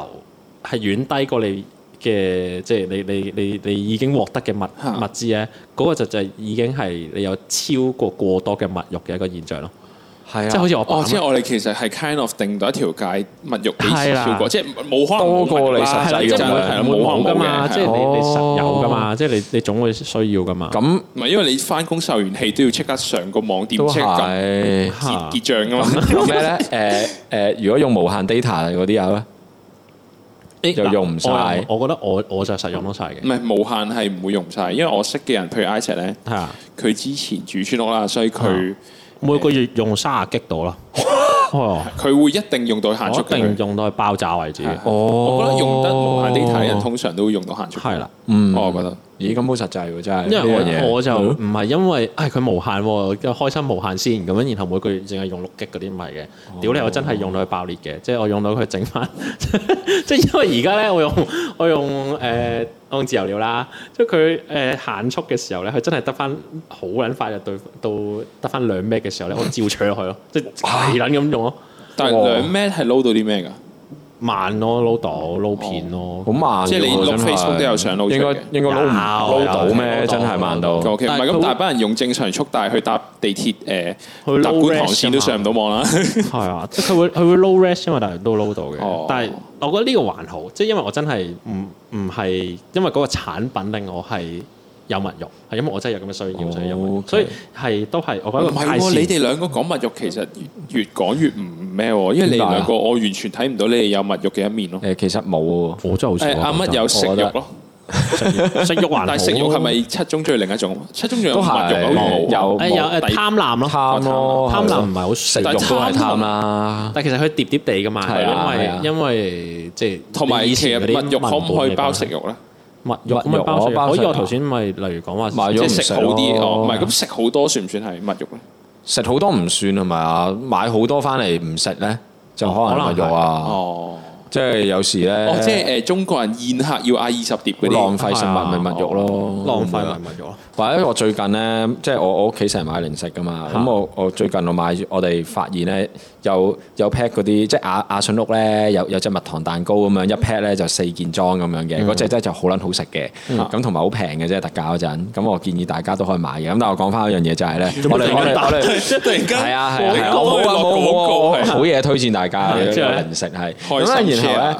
Speaker 1: 係遠低過你嘅，即係你你你你已經獲得嘅物
Speaker 3: 嚇
Speaker 1: 物資咧，嗰、個就就係已經係你有超過過多嘅物欲嘅一個現象咯，
Speaker 2: 係啊，
Speaker 1: 即係好似我爸
Speaker 3: 哦，即係
Speaker 1: 咁。
Speaker 3: 我哋其實係 kind of 定到一條界物欲幾時
Speaker 1: 係啦
Speaker 3: 超過，即係冇可能冇
Speaker 2: 多過你
Speaker 3: 物欲啦
Speaker 1: 係
Speaker 2: 實際
Speaker 1: 啦，
Speaker 2: 嘅
Speaker 1: 即
Speaker 3: 哦係
Speaker 1: 係
Speaker 2: 物
Speaker 1: 唔
Speaker 2: 欲
Speaker 1: 會
Speaker 3: 啦係啦
Speaker 1: 唔會冇噶
Speaker 3: 可能
Speaker 1: 嘛，
Speaker 3: 嘅
Speaker 1: 即係你
Speaker 3: 係啦
Speaker 1: 你實有噶嘛，即係你你總會需要噶嘛。
Speaker 2: 咁
Speaker 3: 唔係因為你翻工受完氣都要即刻上個網店
Speaker 2: 都
Speaker 3: check 咁
Speaker 2: 係。
Speaker 1: 嚇
Speaker 3: 結結帳㗎嘛。
Speaker 2: 有咩咧？誒誒，如果用無限 data 嗰啲有咧，
Speaker 1: 誒
Speaker 2: 又
Speaker 1: 嗱
Speaker 2: 用唔晒
Speaker 1: 我我覺得我我就實用得晒嘅
Speaker 3: 唔，係無限係唔會用晒，因為我識嘅人，譬如 Isaac 咧，
Speaker 1: 係啊，
Speaker 3: 佢之前住村屋啦，所以佢
Speaker 1: 每個月用三十激到啦，哦
Speaker 3: 佢會一定用到限速
Speaker 1: 我一定
Speaker 3: 嘅。
Speaker 1: 用到去爆炸為止。
Speaker 2: 哦
Speaker 3: 係我
Speaker 2: 我
Speaker 3: 覺得用得無限 data 嘅人通常都會用到限速。
Speaker 1: 係啦，
Speaker 2: 嗯
Speaker 3: 我覺得
Speaker 2: 咦，咁好實際喎，真係。
Speaker 1: 因為
Speaker 2: 呢樣
Speaker 1: 我
Speaker 2: 嘢嗯
Speaker 1: 我就
Speaker 2: 係咯
Speaker 1: 唔係因為，唉佢無限喎，又開心無限先咁樣，然後每個月淨係用六 G 嗰啲唔係嘅，
Speaker 2: 哦
Speaker 1: 屌你我真係用到佢爆裂嘅，即係我用到佢整翻， 即係因為而家咧我用我用誒、呃、我用自由料啦，即係佢誒限速嘅時候咧，佢真係得翻好撚快就對到得翻兩 m 嘅時候咧，我照搶落去咯，即係係撚咁用咯，
Speaker 3: 但係
Speaker 2: 哇
Speaker 3: 兩 m 係撈到啲咩㗎？
Speaker 1: 慢咯撈到撈片咯
Speaker 2: 好，慢喎，
Speaker 3: 即係你
Speaker 2: 真係
Speaker 3: Facebook 都有上撈出嘅
Speaker 2: 應該應該撈唔
Speaker 1: 有
Speaker 2: 撈到
Speaker 1: 有
Speaker 2: 咩？真係慢到。
Speaker 3: OK，唔
Speaker 1: 但係
Speaker 3: 係
Speaker 1: 佢會
Speaker 3: 咁，大班人用正常速，但係去搭地鐵
Speaker 1: 去
Speaker 3: 誒
Speaker 1: low
Speaker 3: 搭觀塘
Speaker 1: res
Speaker 3: 線
Speaker 1: 啊
Speaker 3: 都
Speaker 1: 嘛
Speaker 3: 上唔到網啦。
Speaker 1: 係啊，即係佢會 佢會 low rest 因為但係都 low 到嘅。
Speaker 3: 哦
Speaker 1: 但係我覺得呢個還好，即係因為我真係唔唔係因為嗰個產品令我係有物欲，係因為我真係有咁嘅需要，所以有物欲
Speaker 2: OK
Speaker 1: 所以係都係我覺得
Speaker 3: 哦 唔係
Speaker 1: 太
Speaker 3: 喎，
Speaker 1: 善
Speaker 3: 你哋兩個講物欲其實越越講越唔咩喎，因為你
Speaker 2: 點解啊
Speaker 3: 兩個我完全睇唔到你哋有物欲嘅一面咯。
Speaker 2: 誒，其實冇喎。
Speaker 1: 我真係好
Speaker 3: 誒
Speaker 1: 少
Speaker 3: 阿乜有食
Speaker 2: 我
Speaker 3: 欲
Speaker 2: 覺得
Speaker 3: 咯，
Speaker 1: 食肉還好
Speaker 3: 但係食肉係咪七宗罪另一種？七宗罪有
Speaker 2: 都係
Speaker 3: 冇肉啊
Speaker 2: 有
Speaker 1: 誒有誒貪婪咯，
Speaker 2: 貪咯
Speaker 1: 貪婪
Speaker 2: 係
Speaker 1: 唔係好食
Speaker 3: 但
Speaker 2: 肉
Speaker 1: 肉
Speaker 2: 都
Speaker 3: 係啊
Speaker 2: 係貪啦，
Speaker 1: 但其實佢疊疊地㗎嘛，
Speaker 2: 係啊係啊
Speaker 1: 因為因為即係
Speaker 3: 同埋
Speaker 1: 以
Speaker 3: 其實
Speaker 1: 前嗰啲
Speaker 3: 物肉可唔可以包食
Speaker 1: 文
Speaker 3: 肉咧？
Speaker 1: 本嚟講？物肉可唔可以包食
Speaker 2: 物肉我包
Speaker 1: 肉？可以
Speaker 2: 食
Speaker 1: 我
Speaker 2: 啊
Speaker 1: 頭先咪例如講話
Speaker 2: 買
Speaker 3: 即
Speaker 2: 咗
Speaker 3: 係
Speaker 2: 唔
Speaker 3: 食
Speaker 2: 食
Speaker 3: 好啲
Speaker 2: 咯
Speaker 3: 哦，唔係咁食好多算唔算係物肉咧？
Speaker 2: 食好多唔算係咪啊？買好多翻嚟唔食咧，就可能係肉啊。
Speaker 3: 哦，
Speaker 2: 即係有時咧，
Speaker 3: 哦，即係誒中國人宴客要嗌二十碟
Speaker 2: 好
Speaker 3: 嗰啲，
Speaker 2: 浪費食物咪物肉咯，
Speaker 1: 浪費咪物肉咯。
Speaker 2: 或者我最近咧，即係我我屋企成日買零食噶嘛，咁我我最近我買我哋發現咧有有 pack 嗰啲，即係亞亞信屋咧有有隻蜜糖蛋糕咁樣一 pack 咧就四件裝咁樣嘅，嗰只真係就好撚好食嘅，咁同埋好平嘅啫特價嗰陣，咁我建議大家都可以買嘅。咁但係我講翻一樣嘢就係咧，我哋我哋我哋。
Speaker 3: 即 係突然間
Speaker 2: 係啊係啊係啊，
Speaker 3: 廣告
Speaker 2: 我冇啊冇
Speaker 3: 落廣告
Speaker 2: 冇
Speaker 3: 係
Speaker 2: 冇，好嘢推薦大家
Speaker 1: 係
Speaker 2: 嘅
Speaker 1: 即係
Speaker 2: 零食係。
Speaker 3: 開
Speaker 2: 咁啊
Speaker 3: 心
Speaker 2: 然
Speaker 3: share
Speaker 2: 後咧，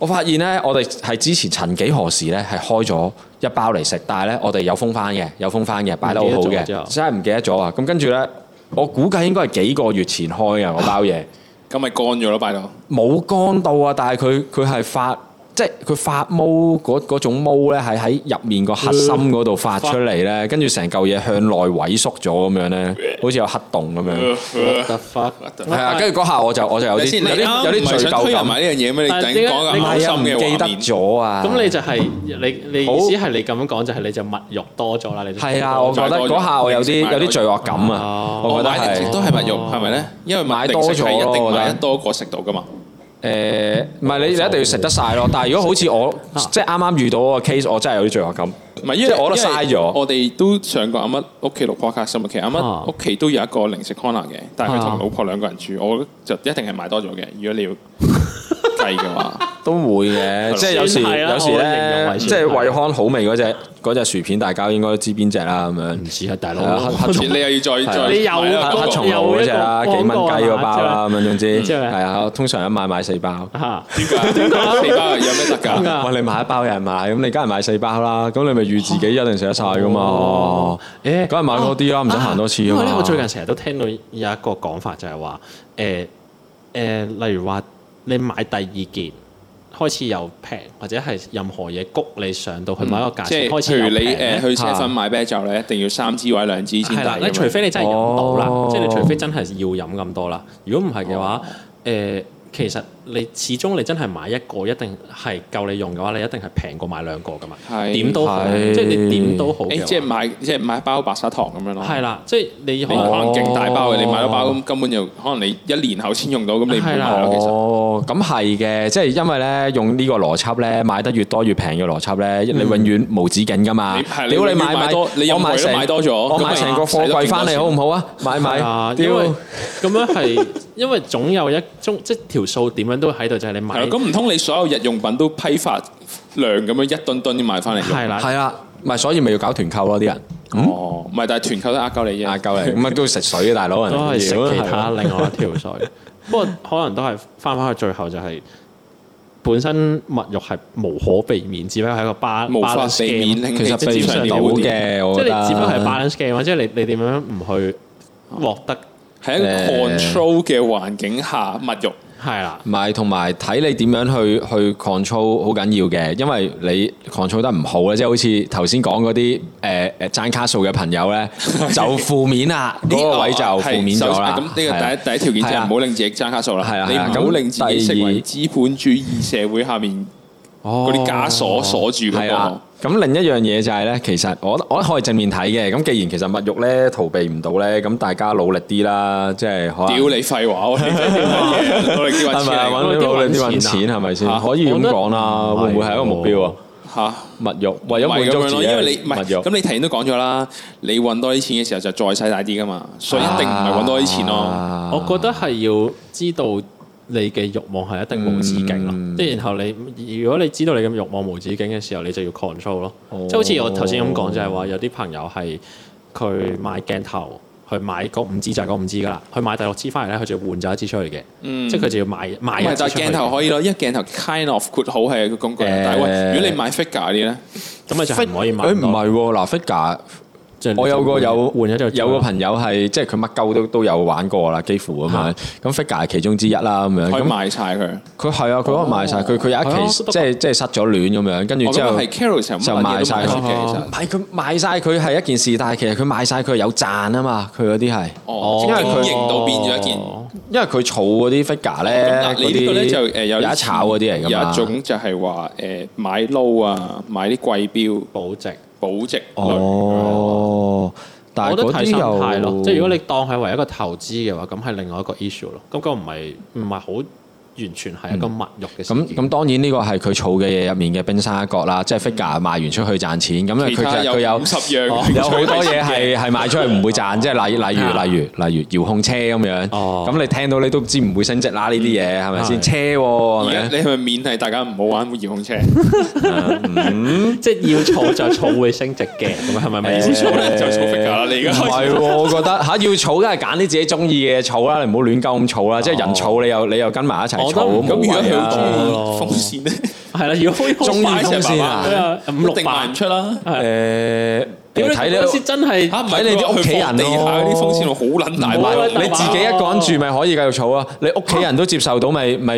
Speaker 2: 我發現咧，我哋係之前曾幾何時咧係開咗一包嚟食，但係咧我哋有封翻嘅，有封翻嘅，擺得好好
Speaker 1: 唔記得
Speaker 2: 嘅
Speaker 1: 咗之後，
Speaker 2: 真係唔記得咗啊！咁跟住咧，我估計應該係幾個月前開嘅我包嘢，
Speaker 3: 咁咪乾咗咯，拜到。
Speaker 2: 冇乾到啊，但係佢佢係發。即係佢發毛嗰嗰種毛咧，係喺入面個核心嗰度發出嚟咧，跟住成嚿嘢向內萎縮咗咁樣咧，好似有黑洞咁樣。
Speaker 1: What the fuck？
Speaker 2: 係啊，跟住嗰下我就我就有
Speaker 3: 等
Speaker 2: 啲
Speaker 3: 先，你
Speaker 2: 有
Speaker 3: 啱
Speaker 2: 啲有
Speaker 3: 唔係
Speaker 2: 啲罪
Speaker 3: 想推
Speaker 2: 疚
Speaker 3: 人
Speaker 2: 感，
Speaker 3: 埋呢樣嘢咩？你突
Speaker 1: 但
Speaker 3: 然
Speaker 1: 係點
Speaker 3: 講
Speaker 1: 解
Speaker 3: 緊
Speaker 1: 你
Speaker 3: 開
Speaker 2: 係
Speaker 3: 心
Speaker 2: 啊，唔
Speaker 3: 嘅
Speaker 2: 記
Speaker 3: 畫
Speaker 2: 得
Speaker 3: 面，
Speaker 2: 咗啊。
Speaker 1: 咁你就係你你
Speaker 2: 好
Speaker 1: 意思係你咁樣講就係你就物肉多咗啦，你就
Speaker 2: 係啊，我覺得嗰下我有啲有啲罪惡感啊
Speaker 1: 哦，
Speaker 2: 我覺得
Speaker 3: 買零食
Speaker 2: 係
Speaker 3: 都係物肉，係咪咧？因為買
Speaker 2: 買
Speaker 3: 零
Speaker 2: 多
Speaker 3: 食係
Speaker 2: 咗
Speaker 3: 一
Speaker 2: 咯
Speaker 3: 定
Speaker 2: 我覺
Speaker 3: 買
Speaker 2: 得
Speaker 3: 得多過食到噶嘛。
Speaker 2: 誒，唔係你你一定要食得晒咯。但係如果好似我即係啱啱遇到嗰個 case，我真係有啲罪惡感。
Speaker 3: 唔係，因
Speaker 2: 即
Speaker 3: 為
Speaker 2: 係我覺得嘥咗
Speaker 3: 因為我哋都上過阿乜屋企錄 podcast 啊嘛，其實阿
Speaker 1: 啊
Speaker 3: 乜屋企都有一個零食 corner 嘅，但係佢
Speaker 1: 啊
Speaker 3: 同老婆兩個人住，我就一定係買多咗嘅。如果 你要計嘅話，
Speaker 2: 都會嘅，即係有時
Speaker 1: 算係啦
Speaker 2: 有時
Speaker 1: 我形容
Speaker 2: 咧，
Speaker 1: 為
Speaker 2: 即
Speaker 1: 算係
Speaker 2: 係惠康好味嗰只嗰隻薯片，大家應該都知邊只啦咁
Speaker 1: 唔
Speaker 2: 樣。
Speaker 1: 似係大佬
Speaker 2: 係啊，黑黑松
Speaker 3: 你又要再
Speaker 2: 啊
Speaker 3: 再
Speaker 1: 你又
Speaker 3: 買
Speaker 1: 黑
Speaker 3: 啦嗰個
Speaker 2: 黑松露嗰只啦，幾
Speaker 1: 有一個
Speaker 2: 蚊雞嗰包啊啦咁樣，總之
Speaker 1: 知咩
Speaker 2: 係啊，我通常一買買四包。
Speaker 1: 嚇
Speaker 3: 點解？點
Speaker 1: 啊
Speaker 3: 解？四包有咩得
Speaker 1: 點解
Speaker 3: 㗎？
Speaker 2: 哇！你買一包有人買，咁你梗係買四包啦。咁你咪預自己一定食得晒噶嘛
Speaker 1: 哦？誒
Speaker 2: 梗係買多啲啦，唔使行多次
Speaker 1: 因
Speaker 2: 啊
Speaker 1: 為咧，
Speaker 2: 嘛。
Speaker 1: 我最近成日都聽到有一個講法就係話，誒、誒、例如話你買第二件開始又平，或者係任何嘢谷你上到去
Speaker 2: 嗯
Speaker 1: 某一個價
Speaker 3: 即
Speaker 1: 錢
Speaker 3: 係
Speaker 1: 開始
Speaker 3: 譬
Speaker 1: 又
Speaker 3: 如
Speaker 1: 平
Speaker 3: 你誒
Speaker 1: 咧。
Speaker 3: 去車分買啤酒咧，一定要三支或者兩支先
Speaker 1: 係啦，
Speaker 3: 得。
Speaker 1: 你除非你真係飲到啦，
Speaker 2: 哦
Speaker 1: 即係你除非真係要飲咁多啦。如果唔係嘅話，誒、其實你始終你真係買一個一定係夠你用嘅話，你一定係平過買兩個噶嘛。
Speaker 3: 係
Speaker 1: 點都好，
Speaker 2: 係
Speaker 1: 即係你點都好嘅
Speaker 3: 誒，
Speaker 1: 話。
Speaker 3: 即係買即係買一包白砂糖咁樣咯。
Speaker 1: 係啦，即係你可
Speaker 3: 你可
Speaker 1: 能
Speaker 2: 哦
Speaker 3: 能勁大包嘅，你買咗包咁根本就可能你一年後先用到，咁你唔會
Speaker 1: 係啦
Speaker 3: 買咯。其實
Speaker 2: 哦，咁係嘅，即係因為咧用呢個邏輯咧，買得越多越平嘅邏輯咧，你永遠無止境噶嘛
Speaker 3: 你係。你
Speaker 2: 屌
Speaker 3: 永遠
Speaker 2: 買
Speaker 3: 買多你任
Speaker 2: 我
Speaker 3: 何
Speaker 2: 買
Speaker 3: 嘢都
Speaker 2: 成
Speaker 3: 買多咗
Speaker 2: 我買
Speaker 3: 咁咪
Speaker 2: 成個貨櫃翻
Speaker 3: 使
Speaker 2: 嚟
Speaker 3: 得
Speaker 2: 好
Speaker 3: 多
Speaker 2: 唔好啊？買
Speaker 1: 係
Speaker 2: 買
Speaker 1: 啊，，因
Speaker 2: 屌
Speaker 1: 為咁樣係，因為總有一中即係條數點樣都喺度，就係你
Speaker 3: 係
Speaker 1: 買
Speaker 3: 啦，咁唔通你所有日用品都批發量咁樣一噸噸啲買翻嚟用？
Speaker 1: 係啦，
Speaker 2: 係啦，咪所以咪要搞團購咯啲人。
Speaker 3: 哦，唔係，但係團購都呃鳩你
Speaker 2: 嗌
Speaker 3: 啫。
Speaker 2: 夠嚟，咁啊都要食水嘅大佬人
Speaker 1: 都
Speaker 2: 哋
Speaker 1: 係食
Speaker 2: 屌
Speaker 1: 其
Speaker 2: 係啊
Speaker 1: 他另外一條數。不過可能都係翻返去最後就係本身物欲係無可避免，只不過係一個 bal
Speaker 3: 無法避免
Speaker 1: balance 啊
Speaker 3: 令
Speaker 2: 其實
Speaker 3: 你
Speaker 2: 避唔
Speaker 3: 正常
Speaker 2: 到
Speaker 3: 料理
Speaker 2: 嘅，
Speaker 1: game
Speaker 2: 我
Speaker 1: 即係
Speaker 2: 覺得。
Speaker 1: 你只不過係 balance game 啊，即係你你點樣唔去獲得
Speaker 3: 係一個
Speaker 2: 誒
Speaker 3: control 嘅環境下物慾。
Speaker 1: 係啦，
Speaker 2: 唔係，同埋睇你點樣去去 control 好緊要嘅，因為你 control 得唔好咧，即係好似頭先講嗰啲誒誒爭卡數嘅朋友 咧，就負面啦，嗰個位就
Speaker 3: 哦係
Speaker 2: 負面咗啦。
Speaker 3: 首先咁呢個第一第一條件
Speaker 2: 係
Speaker 3: 就係
Speaker 2: 啊
Speaker 3: 唔好令自己爭卡數
Speaker 2: 係
Speaker 3: 啦
Speaker 2: 啊，
Speaker 3: 你
Speaker 2: 係啊
Speaker 3: 唔好令自己成為
Speaker 2: 咁
Speaker 3: 資本主義社會下面嗰啲枷鎖鎖住嗰
Speaker 2: 哦係啊啦
Speaker 3: 個。。
Speaker 2: 咁另一樣嘢就係咧，其實我我可以正面睇嘅。咁既然其實物欲咧逃避唔到咧，咁大家努力啲啦，即係可
Speaker 3: 屌
Speaker 2: 能
Speaker 3: 你廢話， 我哋
Speaker 2: 係
Speaker 3: 真係要揾嘢我哋叫揾錢
Speaker 2: 咪啊？
Speaker 3: 嚟
Speaker 2: 揾
Speaker 1: 努
Speaker 2: 努
Speaker 1: 力
Speaker 2: 力
Speaker 1: 啲
Speaker 2: 啲
Speaker 1: 揾
Speaker 2: 揾
Speaker 1: 錢
Speaker 2: 錢啊係咪先？
Speaker 3: 嚇
Speaker 2: 可以
Speaker 1: 我
Speaker 2: 咁
Speaker 1: 覺得
Speaker 2: 講啦，
Speaker 1: 唔係
Speaker 2: 會唔會係一個目標啊？
Speaker 3: 嚇。
Speaker 2: 物欲為咗
Speaker 3: 唔係
Speaker 2: 滿
Speaker 3: 咁
Speaker 2: 足
Speaker 3: 樣
Speaker 2: 自
Speaker 3: 咯，
Speaker 2: 己
Speaker 3: 因為你唔
Speaker 2: 嘅
Speaker 3: 係
Speaker 2: 物欲
Speaker 3: 咁，。你提前都講咗啦，你揾多啲錢嘅時候就再使大啲噶嘛，所以一定唔係揾多啲錢咯。
Speaker 2: 啊
Speaker 1: 我覺得係要知道你嘅欲望係一定無止境咯，即係、然後你如果你知道你嘅欲望無止境嘅時候，你就要 control 咯，
Speaker 2: 哦
Speaker 1: 即係好似我頭先咁講就係話有啲朋友係佢買鏡頭。去買嗰五支就係嗰五支噶啦，佢買第六支翻嚟咧，佢就要換咗一支出去嘅，即係佢就要買買
Speaker 3: 唔係
Speaker 1: 一支
Speaker 3: 就
Speaker 1: 出
Speaker 3: 係
Speaker 1: 去
Speaker 3: 鏡頭可以咯，因為鏡頭 kind of 括好係一個工具，
Speaker 2: 誒
Speaker 3: 但係喂，如果你買 figure 嗰啲咧，
Speaker 1: 咁咪就係唔可以買
Speaker 2: 誒
Speaker 1: 咁
Speaker 2: 唔
Speaker 1: 多。
Speaker 2: 係喎，嗱 figure
Speaker 1: 即係
Speaker 2: 我有個有
Speaker 1: 換咗就
Speaker 2: 有個朋友係即係佢乜鳩都都有玩過啦，幾乎咁樣。咁 figure 係其中之一啦，咁樣
Speaker 3: 可以
Speaker 2: 咁
Speaker 3: 賣晒佢。
Speaker 2: 佢係啊，佢可能賣晒佢，佢
Speaker 1: 係
Speaker 2: 有
Speaker 1: 啊
Speaker 2: 一期即係即係失咗戀咁樣，跟住
Speaker 3: 我覺
Speaker 2: 之
Speaker 3: 得
Speaker 2: 後
Speaker 3: 係 Carol 成
Speaker 2: 就賣晒佢。
Speaker 3: 佢其實
Speaker 2: 唔。係佢賣晒佢係一件事，但係其實佢賣晒佢係有賺啊嘛，佢嗰啲係，
Speaker 3: 哦，
Speaker 2: 因為佢
Speaker 3: 型到變咗一件。
Speaker 1: 哦
Speaker 2: 因為佢儲嗰啲 figure
Speaker 3: 咁
Speaker 2: 咧，
Speaker 3: 嗱，你
Speaker 2: 嗰
Speaker 3: 呢
Speaker 2: 啲
Speaker 3: 個咧就誒有
Speaker 2: 有一
Speaker 3: 啲
Speaker 2: 炒嗰啲嚟㗎
Speaker 3: 有
Speaker 2: 嘛
Speaker 3: 一。種就係話誒買撈啊，買啲貴標
Speaker 1: 保值。
Speaker 3: 保值類。
Speaker 2: 哦，但
Speaker 1: 我
Speaker 2: 係
Speaker 1: 覺得
Speaker 2: 嗰
Speaker 1: 睇
Speaker 2: 啲
Speaker 1: 心
Speaker 2: 又
Speaker 1: 態咯，即係如果你當係為一個投資嘅話，咁係另外一個 issue 咯。咁個唔係唔係好完全係一個物欲嘅事
Speaker 2: 咁
Speaker 1: 件。
Speaker 2: 咁當然呢個係佢儲嘅嘢入面嘅冰山一角啦，即係 figure 賣完出去賺錢，咁咧
Speaker 3: 嗯其
Speaker 2: 佢
Speaker 3: 他
Speaker 2: 就
Speaker 3: 有
Speaker 2: 佢有哦
Speaker 3: 五十樣，
Speaker 2: 有好多嘢係係賣出去唔會賺，即係例例
Speaker 1: 啊
Speaker 2: 如例如例如遙控車咁樣，
Speaker 1: 哦
Speaker 2: 咁你聽到你都知唔會升值啦呢啲嘢係咪先？
Speaker 3: 嗯
Speaker 1: 係
Speaker 2: 車喎係
Speaker 3: 而家
Speaker 2: 咪？
Speaker 3: 你係咪勉勵大家唔好玩 遙控車？
Speaker 1: 即係要儲就儲會升值嘅，咁係咪咪意思？
Speaker 3: 儲咧就儲 figure 啦，你而
Speaker 2: 唔
Speaker 3: 家開
Speaker 2: 係
Speaker 3: 始
Speaker 2: 喎，我覺得嚇要儲，梗係揀啲自己中意嘅嘢儲啦，你唔好亂鳩咁儲啦。即
Speaker 3: 哦
Speaker 2: 係人儲，你又你又跟埋一齊儲，
Speaker 1: 我都唔
Speaker 2: 咁
Speaker 3: 咁如果佢好
Speaker 1: 冇謂啊係啦，如果可以
Speaker 2: 中意
Speaker 3: 中意風扇咧，
Speaker 1: 好快
Speaker 2: 風扇啊
Speaker 1: 係啊五
Speaker 3: 一
Speaker 1: 六
Speaker 3: 定
Speaker 1: 百
Speaker 3: 賣唔出啦。
Speaker 2: 誒
Speaker 1: 屌你嗰
Speaker 2: 睇
Speaker 1: 時
Speaker 2: 你哦
Speaker 1: 真係
Speaker 3: 啊嚇唔
Speaker 2: 睇你啲屋企人咯
Speaker 3: 地下嗰啲風扇好撚大
Speaker 1: 唔好
Speaker 3: 把
Speaker 1: 啦，
Speaker 2: 你自己一個人住咪可以繼續儲啊，你屋企人都接受到咪咪。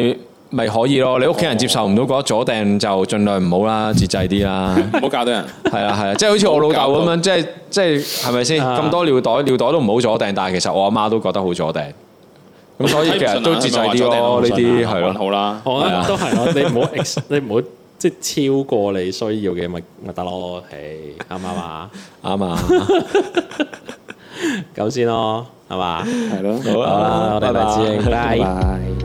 Speaker 2: 咪可以咯，你屋企人接受唔到嗰一左掟就盡量唔好啦，節制啲啦。
Speaker 3: 唔好教到人。
Speaker 2: 係啊啦係啦，即係好似我老豆咁樣，即係即係係咪先
Speaker 1: 啊
Speaker 2: 咁多尿袋尿袋都唔好左掟，但係其實我阿媽都覺得好左掟，咁所以其實都節制啲咯，呢啲係咯。
Speaker 3: 好啦。
Speaker 1: 我覺得都係咯，你唔好 ex，你唔好即係超過你需要嘅咪咪得咯，係啱唔啱啊？
Speaker 2: 啱啊，
Speaker 1: 咁先咯，係嘛？
Speaker 3: 係咯。
Speaker 1: 好啦，我哋黎智英，拜。
Speaker 2: 拜。